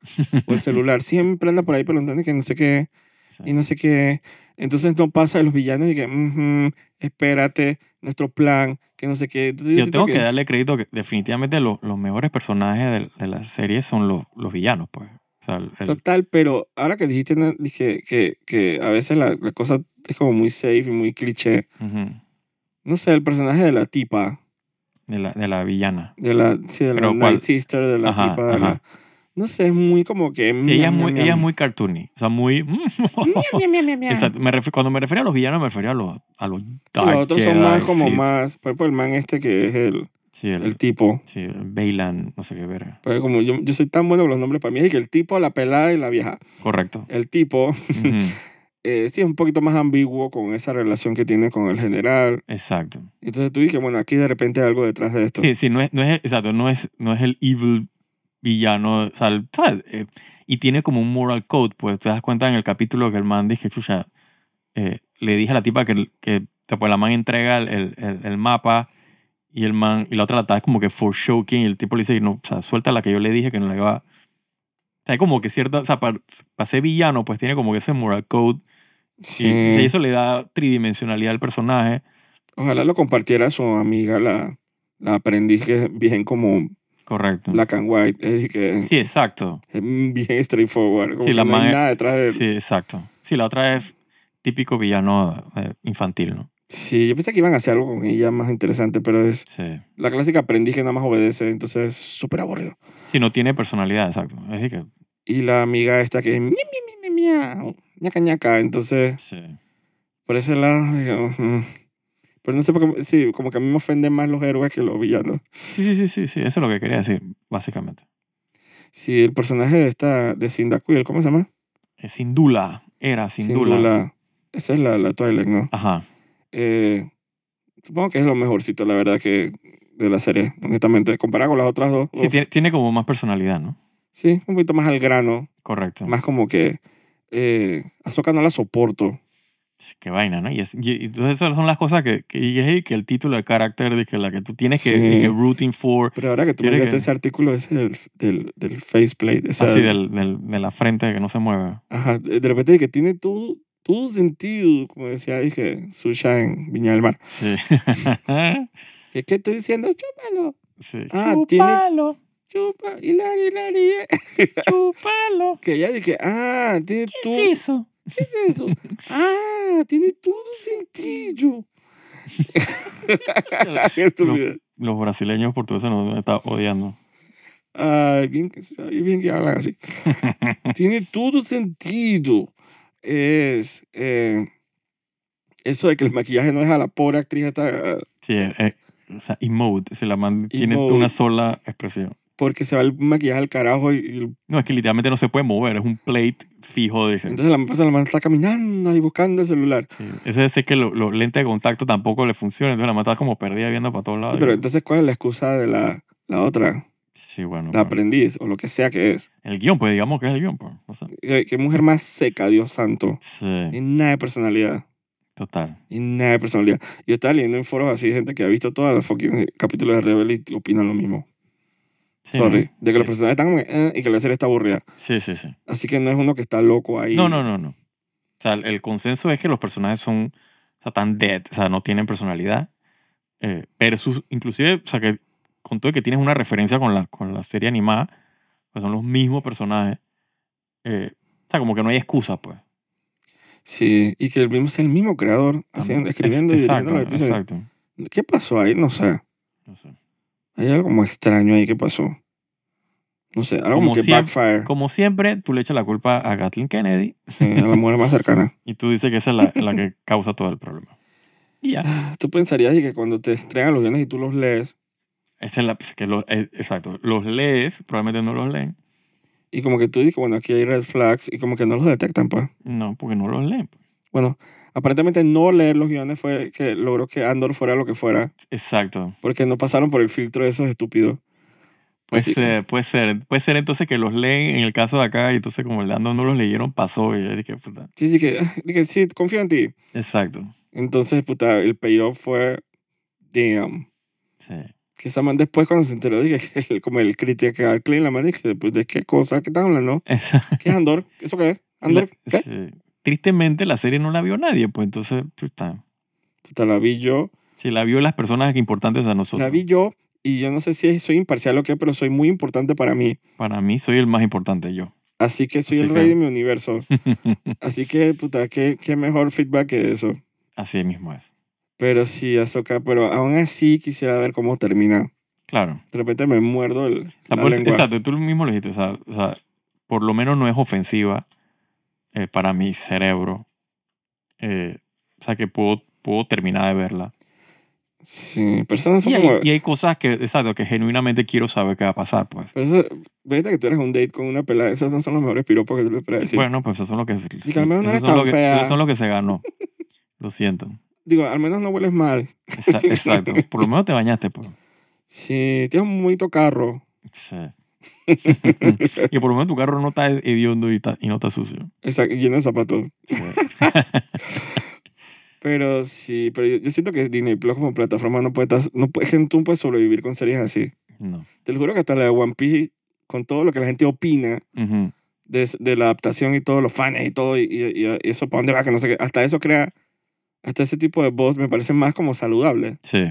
S1: O el celular. Siempre anda por ahí preguntando que no sé qué,
S2: Sí.
S1: y no sé qué. Entonces no pasa de los villanos y que, "Ujú, espérate, nuestro plan, que no sé qué. Entonces, yo
S2: Yo
S1: siento
S2: tengo
S1: que-
S2: que darle crédito que definitivamente lo- los mejores personajes del- de, la serie son los, los villanos, pues. O sea, el- el-
S1: Total, pero ahora que dijiste, ¿no? dije que, que a veces la, la cosa es como muy safe y muy cliché.
S2: ujú,
S1: No sé, el personaje de la tipa,
S2: de, la, de la villana.
S1: de la, sí, de la
S2: Pero, ¿cuál?
S1: Night Sister, de la
S2: Ajá,
S1: tipa, de la-
S2: ajá.
S1: no sé, es muy como que...
S2: Sí, ella es
S1: ñam,
S2: muy,
S1: ñam,
S2: ella es
S1: ñam. (laughs)
S2: muy cartoony. O sea, muy. (laughs)
S1: Ñam, ñam, ñam, ñam, ñam.
S2: Exacto. Me refi- cuando me refería a los villanos, me refería a los, a los
S1: Sí, los
S2: Dark
S1: otros
S2: Jedi,
S1: son más como
S2: Sith.
S1: más. Por ejemplo, el man este que es el,
S2: Sí, el,
S1: el tipo.
S2: sí, el Bailan, no sé qué verga.
S1: Porque como yo, yo soy tan bueno con los nombres para mí, es que el tipo, la pelada y la vieja. (laughs)
S2: Correcto.
S1: El tipo,
S2: Ujú,
S1: eh, sí, es un poquito más ambiguo con esa relación que tiene con el general.
S2: Exacto.
S1: Entonces tú dices, bueno, aquí de repente hay algo detrás de esto.
S2: Sí, sí, no es, no es, exacto, no es, no es el evil villano, o sea, el- ¿sabes? Eh, y tiene como un moral code, pues te das cuenta en el capítulo que el man dije, chucha, eh, le dije a la tipa que, que o sea, pues, la man entrega el, el- el- el mapa y el man, y la otra la está como que for showking y el tipo le dice, no, o sea, suelta la que yo le dije que no la iba a... O sea, hay como que cierta, o sea, para, para ser villano, pues tiene como que ese moral code
S1: Sí.
S2: y, y eso le da tridimensionalidad al personaje.
S1: Eh, Ojalá lo compartiera su amiga, la, la aprendiz, que es bien como
S2: Correcto.
S1: black and white. Es decir, que
S2: Sí, exacto.
S1: es bien straightforward. Como
S2: Sí,
S1: que
S2: la
S1: no
S2: man-
S1: hay nada detrás de
S2: Sí, exacto. Sí, la otra es típico villano eh, infantil, ¿no?
S1: Sí, yo pensé que iban a hacer algo con ella más interesante, pero es
S2: Sí.
S1: la clásica aprendiz que nada más obedece, entonces es súper aburrido.
S2: Sí, no tiene personalidad, exacto. Es decir que...
S1: Y la amiga esta que es mia, mia, mia, mia, mia, ñaca, ñaca, entonces
S2: Sí.
S1: por ese lado, digo, mm. pero no sé por qué, sí, como que a mí me ofenden más los héroes que los villanos.
S2: Sí, sí, sí, sí, sí. Eso es lo que quería decir, básicamente.
S1: Sí, el personaje de esta, de Cinda Quill, ¿cómo se llama?
S2: Eh, Sindula, era Sindula.
S1: Syndulla. Esa es la, la Twilight, ¿no?
S2: Ajá.
S1: Eh, supongo que es lo mejorcito, la verdad, que de la serie, honestamente, comparado con las otras dos.
S2: Sí,
S1: uf.
S2: tiene, tiene como más personalidad, ¿no?
S1: sí, un poquito más al grano.
S2: Correcto.
S1: más como que eh, Azoka no la soporto.
S2: Sí, Qué vaina, ¿no? Y, es- y- y entonces esas son las cosas que, que, y es que el título, el carácter, de que la que tú tienes que,
S1: Sí.
S2: de que rooting for,
S1: Pero ahora que tú me
S2: Tiene
S1: dijiste
S2: que-
S1: ese artículo ese del, del, del faceplate, o sea,
S2: así del, del- de la frente que no se mueve.
S1: ajá, de de repente que tiene todo, todo sentido, como decía dije, Susha en Viña del Mar.
S2: Sí. (laughs)
S1: ¿Qué, qué estoy diciendo? Chúpalo,
S2: sí.
S1: Ah, tiene- (laughs)
S2: chúpalo,
S1: chupa, hilari, hilari. eh.
S2: chúpalo.
S1: (laughs) Que ella dije, ah, tiene todo.
S2: ¿Qué es eso?
S1: ¿Qué es eso? ah, tiene todo (laughs) sentido. qué estúpido.
S2: (laughs) Los brasileños portugueses nos están odiando.
S1: Ay, bien, que- ay, bien que hablan (laughs) así. Tiene todo sentido. Es, eh, eso de que el maquillaje no deja a la pobre actriz esta, eh,
S2: Sí, eh, eh, o sea, emote, se la man, tiene
S1: Emote.
S2: una sola expresión.
S1: porque se va el maquillaje al carajo y, y el-
S2: No, es que literalmente no se puede mover, es un plate fijo de...
S1: entonces la, pasa, la man está caminando y buscando el celular.
S2: Sí, Ese es que los lo, lentes de contacto tampoco le funcionan, entonces la mata como perdida viendo para todos lados.
S1: Sí, pero entonces, ¿cuál es la excusa de la, la otra?
S2: Sí, bueno.
S1: La
S2: bueno.
S1: aprendiz o lo que sea que es.
S2: El guión, pues digamos que es el guión, pues. no sé.
S1: Eh, Qué mujer más seca, Dios santo.
S2: Sí,
S1: Y nada de personalidad.
S2: total.
S1: Y nada de personalidad. Yo estaba leyendo en foros así de gente que ha visto todos los fucking capítulos de Rebel y opinan lo mismo.
S2: Sí,
S1: Sorry. De que
S2: sí.
S1: los personajes están como que, eh, y que la serie está aburrida.
S2: Sí, sí, sí.
S1: Así que no es uno que está loco ahí.
S2: No, no, no, no. O sea, el, el consenso es que los personajes son o sea, tan dead, o sea, no tienen personalidad. Eh, versus, inclusive, o sea, que con todo que tienes una referencia con la, con la serie animada, pues son los mismos personajes. Eh, o sea, como que no hay excusa, pues.
S1: Sí, y que el mismo es el mismo creador haciendo, escribiendo y
S2: exacto,
S1: dirigiendo los episodios.
S2: exacto.
S1: ¿Qué pasó ahí? No sé.
S2: No sé.
S1: Hay algo como extraño ahí que pasó. No sé, algo como,
S2: Como
S1: que
S2: siempre-
S1: backfire
S2: Como siempre, tú le echas la culpa a Kathleen Kennedy
S1: eh, a
S2: (laughs)
S1: la mujer más cercana.
S2: y tú dices que esa es la,
S1: (laughs)
S2: la que causa todo el problema. Y ya.
S1: Tú pensarías y que cuando te estrenan los guiones y tú los lees,
S2: Esa es la. pues, que lo- eh, exacto. Los lees, probablemente no los leen.
S1: y como que tú dices, bueno, aquí hay red flags, y como que no los detectan, pues.
S2: No, porque no los leen.
S1: Bueno, aparentemente no leer los guiones fue que logró que Andor fuera lo que fuera,
S2: Exacto.
S1: porque no pasaron por el filtro de esos estúpidos.
S2: Puede
S1: Así-
S2: ser, puede ser. Puede ser entonces que los leen en el caso de acá y entonces como el Andor no los leyeron, pasó y yo dije, puta.
S1: Sí, dije, (laughs) dije, sí, confío en ti.
S2: Exacto.
S1: Entonces, puta, el payoff fue, damn.
S2: Sí.
S1: Que esa man después cuando se enteró, dije, (laughs) que el- como el crítico a Clean, la man dije, pues, ¿de qué cosa? ¿Qué estás hablando?
S2: (laughs) Exacto.
S1: ¿Qué es Andor? (laughs) ¿Eso qué es? ¿Andor?
S2: La-
S1: ¿Qué?
S2: sí. Tristemente la serie no la vio nadie, pues entonces, puta.
S1: Puta, la vi yo.
S2: Si la vio las personas importantes a nosotros.
S1: La vi yo, y yo no sé si soy imparcial o qué, pero soy muy importante para mí.
S2: Para mí soy el más importante yo.
S1: Así que soy
S2: Así
S1: el
S2: que-
S1: rey de mi
S2: (laughs)
S1: universo. Así que, puta, qué, qué mejor feedback que eso.
S2: Así mismo es.
S1: Pero sí, Azoka, pero aún así quisiera ver cómo termina.
S2: Claro.
S1: De repente me muerdo el,
S2: O sea,
S1: la
S2: por-
S1: lengua.
S2: exacto, tú mismo lo dijiste. O sea, o sea, por lo menos no es ofensiva eh, para mi cerebro. Eh, o sea, que puedo, puedo terminar de verla.
S1: Sí, personas son
S2: Y hay,
S1: como...
S2: y hay cosas que, exacto, que genuinamente quiero saber qué va a pasar, pues.
S1: pero eso- vete que tú eres un date con una pelada. Esos no son los mejores piropos que tú le esperas decir.
S2: Bueno, pues eso son lo que,
S1: que al menos no
S2: esos
S1: eres
S2: son lo
S1: tan
S2: que-
S1: fea.
S2: esos son lo que se ganó. Lo siento.
S1: Digo, al menos no hueles mal. (laughs)
S2: Exa- Exacto. Por lo menos te bañaste, pues.
S1: Sí, tienes un bonito carro.
S2: Sí. (laughs) y por lo menos tu carro no está hediondo y, está- y no está sucio.
S1: Exacto, lleno de zapatos.
S2: Sí.
S1: Pero sí, pero yo, yo siento que Disney Plus como plataforma no puede... tas- No puede gente, tú no puedes sobrevivir con series así.
S2: No.
S1: Te lo juro que hasta la de One Piece, con todo lo que la gente opina
S2: Ujú.
S1: de, de la adaptación y todos los fans y todo, y, y- y eso para dónde va, que no sé qué, hasta eso crea, hasta ese tipo de bots me parece más como saludable
S2: Sí.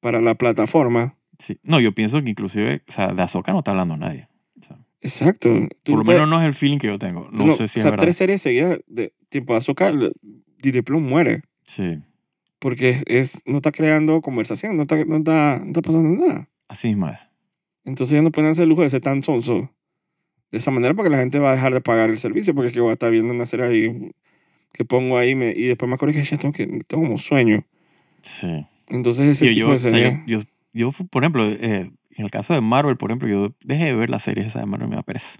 S1: para la plataforma.
S2: Sí. No, yo pienso que inclusive, o sea, de Azoka no está hablando nadie. O sea,
S1: Exacto. Tú
S2: por lo
S1: puedes-
S2: menos no es el feeling que yo tengo.
S1: tú
S2: No, sé si
S1: o
S2: es
S1: sea,
S2: verdad.
S1: tres series seguidas de tiempo de azúcar, Disney Plus muere.
S2: Sí,
S1: Porque es, es- no está creando conversación, no está, no, está, no está pasando nada.
S2: así es más.
S1: Entonces ellos no pueden hacer el lujo de ser tan sonso. De esa manera, porque la gente va a dejar de pagar el servicio, porque es que voy a estar viendo una serie ahí que pongo ahí me- y después me acuerdo que ya tengo, que, tengo como sueño.
S2: Sí.
S1: Entonces ese
S2: Yo,
S1: tipo
S2: yo,
S1: de
S2: o sea,
S1: serie...
S2: yo- yo- yo, por ejemplo, eh, en el caso de Marvel, por ejemplo, yo dejé de ver las series esas de Marvel, me da pereza.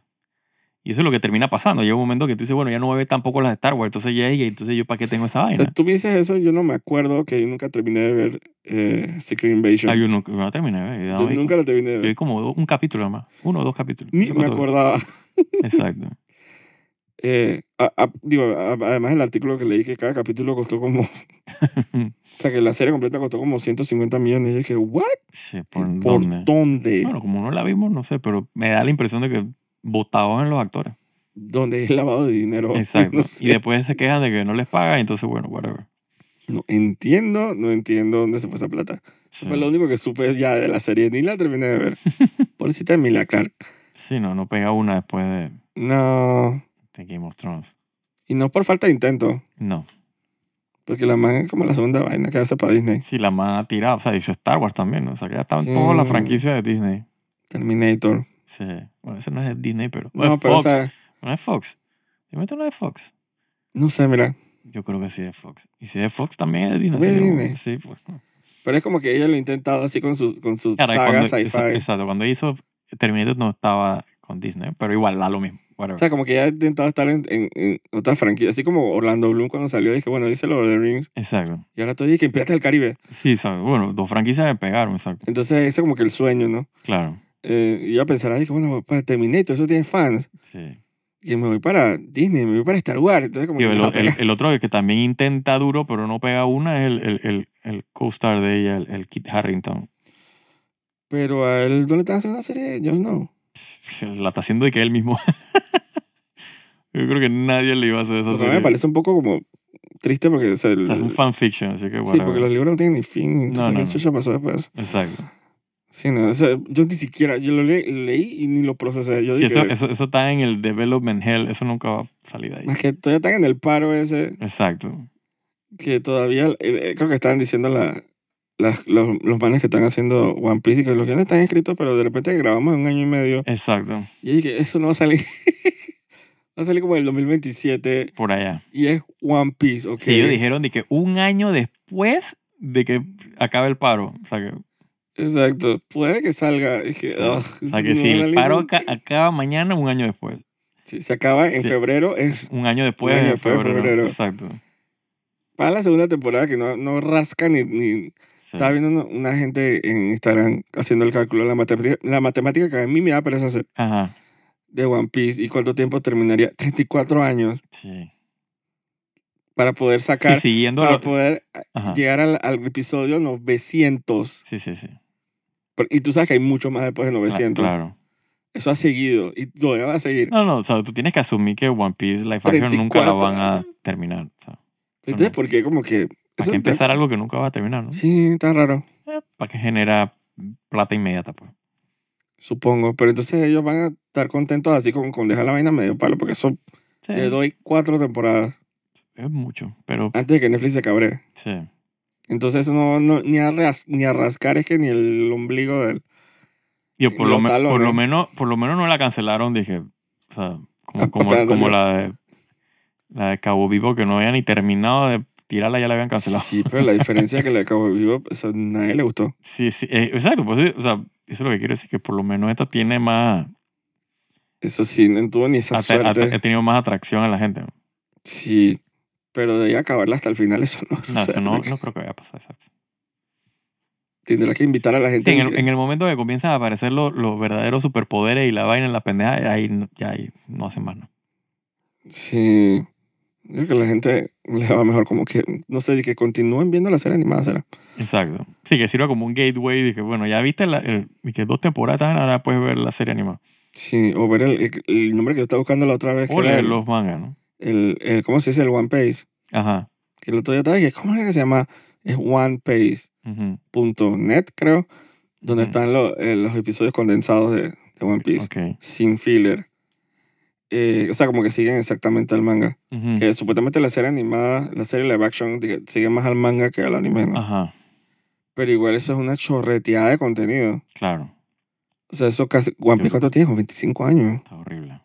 S2: Y eso es lo que termina pasando. Llega un momento que tú dices, bueno, ya no voy a ver tampoco las de Star Wars, entonces ya, y entonces yo para qué
S1: (laughs)
S2: tengo esa
S1: O sea,
S2: vaina.
S1: tú me dices eso, yo no me acuerdo que yo nunca terminé de ver eh, Secret Invasion.
S2: Ah, yo nunca, yo no terminé, de ver, yo
S1: yo
S2: vi-
S1: nunca la terminé de
S2: yo vi
S1: ver.
S2: como do- un capítulo nada más, uno o dos capítulos. no
S1: Ni
S2: sé
S1: me
S2: cuánto vi.
S1: acordaba.
S2: Exacto.
S1: Eh, a- a- digo, a- además el artículo que leí que cada capítulo costó
S2: (laughs)
S1: como... o sea, que la serie completa costó como 150 millones. Y yo dije, ¿what?
S2: Sí, por,
S1: ¿Por
S2: dónde?
S1: dónde?
S2: Bueno, como no la vimos, no sé, pero me da la impresión de que votados en los actores.
S1: ¿Dónde es el lavado de dinero?
S2: Exacto.
S1: No, (laughs)
S2: Y
S1: sé.
S2: después se quejan de que no les pagan, entonces, bueno, whatever.
S1: No entiendo, no entiendo dónde se fue esa plata.
S2: Sí,
S1: Fue lo único que supe ya de la serie. Ni la terminé de
S2: (laughs)
S1: ver. Pobrecita de Emilia Clark.
S2: Sí, no, no pega una después de,
S1: No.
S2: de Game of Thrones.
S1: Y no por falta de intento.
S2: No.
S1: Porque la man es como la segunda vaina que hace para Disney.
S2: Sí, la más tirada, o sea, hizo Star Wars también, ¿no? o sea, que ya está en
S1: Sí.
S2: toda la franquicia de Disney.
S1: Terminator.
S2: Sí. Bueno, ese no es de Disney, pero.
S1: No,
S2: No,
S1: pero
S2: Fox.
S1: o sea,
S2: No es Fox. Dime tú, no es Fox.
S1: no sé, mira.
S2: Yo creo que sí es Fox. Y si es Fox también es de Disney.
S1: También
S2: así que,
S1: es
S2: bueno, Sí, pues.
S1: Pero es como que ella lo ha intentado así con sus con sus
S2: Claro,
S1: sagas
S2: cuando, esa-
S1: sci-fi.
S2: exacto, cuando hizo Terminator no estaba con Disney, pero igual da lo mismo. whatever.
S1: O sea, como que ella ha intentado estar en, en, en otra franquicia. Así como Orlando Bloom cuando salió, dije, bueno, hice Lord of the Rings.
S2: Exacto.
S1: Y ahora estoy dije, en Piratas del Caribe.
S2: Sí, exacto. Bueno, dos franquicias me pegaron, exacto.
S1: Entonces, ese es como que el sueño, ¿no?
S2: Claro.
S1: Eh, y yo pensará, dije, bueno, para Terminator, eso tiene fans.
S2: Sí.
S1: Y me voy para Disney, me voy para Star Wars. Entonces, como
S2: Digo,
S1: que "Ah,
S2: el,
S1: me la pela.
S2: el- el otro que también intenta duro, pero no pega una, es el, el, el, el co-star de ella, el, el Kit Harrington.
S1: Pero a
S2: (laughs)
S1: él, ¿dónde están haciendo una serie? Yo no.
S2: La está haciendo de que él mismo. (laughs) Yo creo que nadie le iba a hacer esa
S1: Lo que a mí
S2: serie.
S1: me parece un poco como triste porque... o sea, el-
S2: O sea, es un fanfiction, así que
S1: sí,
S2: whatever.
S1: porque los libros no tienen ni fin. Entonces,
S2: no,
S1: ¿qué
S2: no.
S1: chucha pasó después?
S2: Exacto.
S1: Sí, no, o sea, yo ni siquiera... Yo lo le- leí y ni lo procesé. Yo
S2: Sí,
S1: dije,
S2: eso, eso, eso está en el development hell, eso nunca va a salir de ahí.
S1: más que todavía están en el paro ese...
S2: Exacto.
S1: que todavía eh, creo que estaban diciendo la, las- los, los manes que están haciendo One Piece y que los guiones están escritos, pero de repente grabamos en un año y medio.
S2: Exacto.
S1: Y dije, eso no va a salir. (laughs) va a salir como en el 2027
S2: Por allá.
S1: y es One Piece, ¿ok?
S2: Que ellos dijeron de que un año después de que acabe el paro. O sea que,
S1: Exacto. Puede que salga. Es que, ugh,
S2: o sea que
S1: no
S2: si
S1: va a
S2: el
S1: salir.
S2: paro aca- acaba mañana, un año después.
S1: Si se acaba en
S2: Sí.
S1: febrero, es
S2: Un año después,
S1: Un año
S2: de
S1: después de
S2: febrero.
S1: febrero.
S2: Exacto.
S1: para la segunda temporada que no, no rasca ni... ni-
S2: Sí.
S1: Estaba viendo una, una gente en Instagram haciendo el cálculo de la matemática, la matemática que a mí me da pereza hacer.
S2: Ajá.
S1: de One Piece y cuánto tiempo terminaría 34 años
S2: Sí.
S1: para poder
S2: Sí,
S1: sacar
S2: siguiendo.
S1: para
S2: lo- Ah.
S1: poder
S2: Ajá.
S1: llegar al, al episodio 900
S2: Sí, sí, sí.
S1: Pero- y tú sabes que hay mucho más después de 900
S2: Claro.
S1: eso ha seguido y todavía va a seguir
S2: No, no, o sea, tú tienes que asumir que One Piece Life Action nunca la van a terminar. O sea,
S1: entonces
S2: no.
S1: por qué como que
S2: ¿Para
S1: eso-
S2: qué empezar algo que nunca va a terminar, no?
S1: sí está raro
S2: Eh, ¿Para qué genera plata inmediata, pues?
S1: supongo pero entonces ellos van a estar contentos así con, con dejar la vaina medio palo porque eso
S2: Sí,
S1: le doy cuatro temporadas
S2: es mucho, pero
S1: antes de que Netflix se cabre
S2: sí.
S1: entonces eso no, no ni, a ras- ni a rascar es que ni el ombligo del
S2: Yo, por,
S1: Los
S2: lo me- por,
S1: talones.
S2: lo menos, por lo menos no la cancelaron, dije. O sea,
S1: (laughs)
S2: como,
S1: Ah,
S2: como,
S1: espérate,
S2: como
S1: yo-
S2: la de la de Cabo Vivo, que no había ni terminado de tirarla, ya la habían cancelado.
S1: Sí, pero la diferencia es que la de Cabo Vivo, eso a nadie le gustó.
S2: Sí, sí, eh, exacto. Pues, sí, o sea, eso es lo que quiero decir, que por lo menos esta tiene más.
S1: Eso sí, no tuvo ni esa
S2: atra-
S1: suerte.
S2: atra- ha tenido más atracción a la gente. No,
S1: Sí, pero de ahí acabarla hasta el final, eso no.
S2: No,
S1: sucede.
S2: eso no, no creo que vaya a pasar, exacto.
S1: Tendrá que invitar a la
S2: Sí,
S1: gente.
S2: en,
S1: y-
S2: el, en el momento que comienzan a aparecer los, los verdaderos superpoderes y la vaina en la pendeja, ahí no- ya ahí no hacen más nada.
S1: Sí. Yo creo que la gente le va mejor como que, no sé, de que continúen viendo la serie animada, ¿será?
S2: Exacto. Sí, que sirva como un gateway. Dije, bueno, ya viste la, el- dije, dos temporadas, ahora puedes ver la serie animada.
S1: Sí, o ver el, el- el nombre que yo estaba buscando la otra vez, que
S2: O
S1: era
S2: leer
S1: el,
S2: los mangas, ¿no?
S1: el- el- ¿cómo se dice? El One Piece.
S2: Ajá.
S1: Que el otro día estaba dije, ¿cómo es que se llama? Es onepiece.net,
S2: Ujú.
S1: creo, donde
S2: Ujú.
S1: están los, eh, los episodios condensados de, de One Piece.
S2: Ok.
S1: sin filler. Eh, o sea, como que siguen exactamente al manga.
S2: Ujú.
S1: Que supuestamente la serie animada, la serie live action, diga- sigue más al manga que al anime, ¿no?
S2: Ajá.
S1: Pero igual eso es una chorreteada de contenido.
S2: Claro.
S1: O sea, eso casi... One Piece, ¿cuánto tiene? Como 25 años.
S2: Está horrible.
S1: O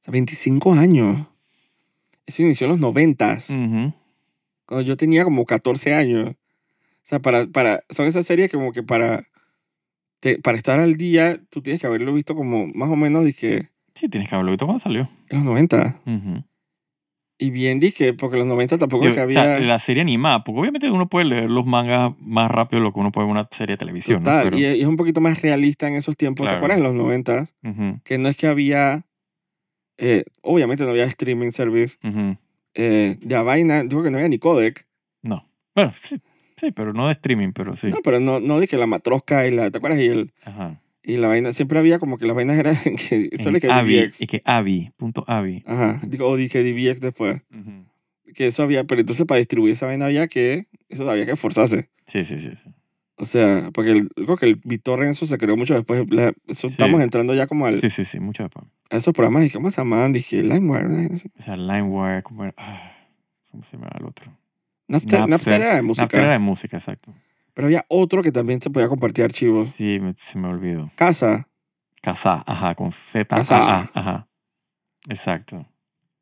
S1: sea, 25 años. Eso inició en los 90
S2: Ujú.
S1: cuando yo tenía como 14 años. O sea, para, para, son esas series como que para, te- para estar al día, tú tienes que haberlo visto como más o menos, dije,
S2: Sí, tienes que haberlo visto cuando salió.
S1: en los 90.
S2: Ujú.
S1: Y bien dije, porque en los 90 tampoco es que
S2: Yo, o
S1: había...
S2: sea, la serie animada, porque obviamente uno puede leer los mangas más rápido de lo que uno puede ver una serie de televisión, ¿no?
S1: Total,
S2: Pero-
S1: y es- y es un poquito más realista en esos tiempos. ¿Te
S2: Claro.
S1: acuerdas en los 90?
S2: Ujú,
S1: Que no es que había... eh, obviamente no había streaming service.
S2: ujú.
S1: eh, de a vaina, yo creo que no había ni codec.
S2: Bueno, sí, sí, pero no de streaming, pero sí.
S1: No, pero no, no dije la matrosca y la... ¿Te acuerdas? Y, el,
S2: Ajá.
S1: y la vaina... Siempre había como que las vainas eran... (laughs) Que,
S2: En
S1: solo que
S2: Avi,
S1: DVX.
S2: y que Avi, punto Avi.
S1: Ajá. Digo, o dije DVX después.
S2: Ujú.
S1: Que eso había... Pero entonces para distribuir esa vaina había que... Eso había que esforzarse.
S2: Sí, sí, sí. sí.
S1: O sea, porque el, creo que el BitTorrent eso se creó mucho después. la- eso
S2: Sí.
S1: Estamos entrando ya como al...
S2: Sí, sí, sí, mucho después.
S1: a esos programas dije, ¿cómo se llamaban? Dije, LimeWire. ¿no?
S2: O sea, LimeWire, como era- ah, ¿cómo se llama el otro?
S1: Napster,
S2: Napster.
S1: Napster era de música.
S2: Napster era de música, exacto.
S1: Pero había otro que también se podía compartir archivos.
S2: Sí, me- se me olvidó.
S1: Casa.
S2: Kazaa, ajá, con Z,
S1: Kazaa.
S2: A, A, ajá. Exacto.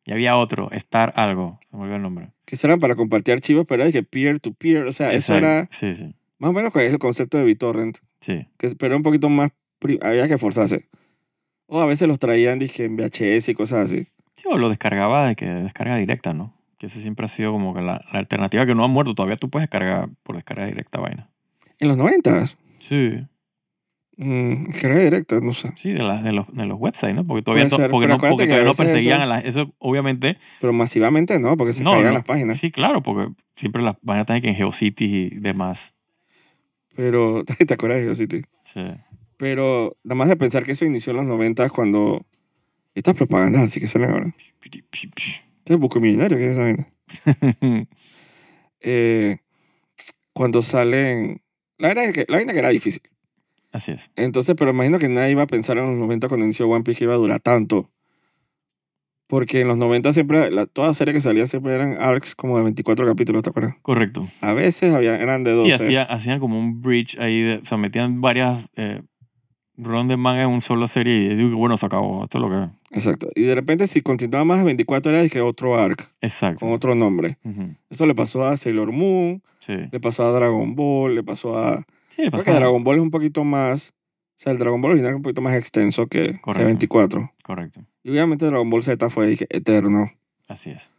S2: Y había otro, Star algo, se me olvidó el nombre.
S1: Que eso era para compartir archivos, pero dije peer-to-peer. O sea, Ah, eso
S2: Exacto.
S1: era
S2: Sí, sí,
S1: más o menos cuál es el concepto de BitTorrent.
S2: sí.
S1: Que, pero era un poquito más... pri- Había que esforzarse. O a veces los traían, dije, en VHS y cosas así.
S2: Sí, o lo descargaba de que descarga directa, ¿no? Que eso siempre ha sido como que la, la alternativa que no ha muerto. Todavía tú puedes descargar por descarga directa vaina.
S1: En los noventas.
S2: Sí.
S1: Mm, que era directa, no sé.
S2: Sí, de, las de, los, de los websites, ¿no? Porque todavía,
S1: Puede
S2: to-
S1: ser,
S2: porque
S1: pero
S2: no, porque
S1: acuérdate que
S2: todavía
S1: a
S2: no
S1: veces
S2: perseguían
S1: eso-
S2: a las... Eso obviamente...
S1: Pero masivamente no, porque se
S2: No,
S1: caían
S2: no.
S1: las páginas.
S2: Sí, claro, porque siempre las vainas están aquí en Geocities y demás.
S1: Pero, (laughs) ¿te (laughs) acuerdas de Diosity?
S2: Sí.
S1: Pero nada más de pensar que eso inició en los 90 cuando Estas propagandas así que salen ahora. Este es buco millonario que es esa vaina. Eh, cuando salen... La vaina, es que, la vaina que era difícil.
S2: Así es.
S1: Entonces, pero imagino que nadie iba a pensar en los 90 cuando inició One Piece que iba a durar tanto. Porque en los 90 siempre, la, todas las series que salían siempre eran arcs como de 24 capítulos, ¿te acuerdas?
S2: Correcto.
S1: A veces había, eran de 12.
S2: Sí, hacía- hacían como un bridge ahí. de- o sea, metían varias eh, rondas de manga en un solo serie. Y digo, bueno, se acabó. Esto es lo que.
S1: Exacto. Y de repente, si continuaba más de 24, era que otro arc,
S2: Exacto.
S1: con otro nombre.
S2: Ujú.
S1: Eso le pasó a Sailor Moon,
S2: Sí.
S1: le pasó a Dragon Ball, le pasó a...
S2: Sí,
S1: Creo
S2: pasó.
S1: que Dragon Ball es un poquito más... O sea, el Dragon Ball original es un poquito más extenso que, que
S2: Correcto.
S1: 24.
S2: Correcto.
S1: Y obviamente Dragon Ball Z fue dije, eterno.
S2: Así es.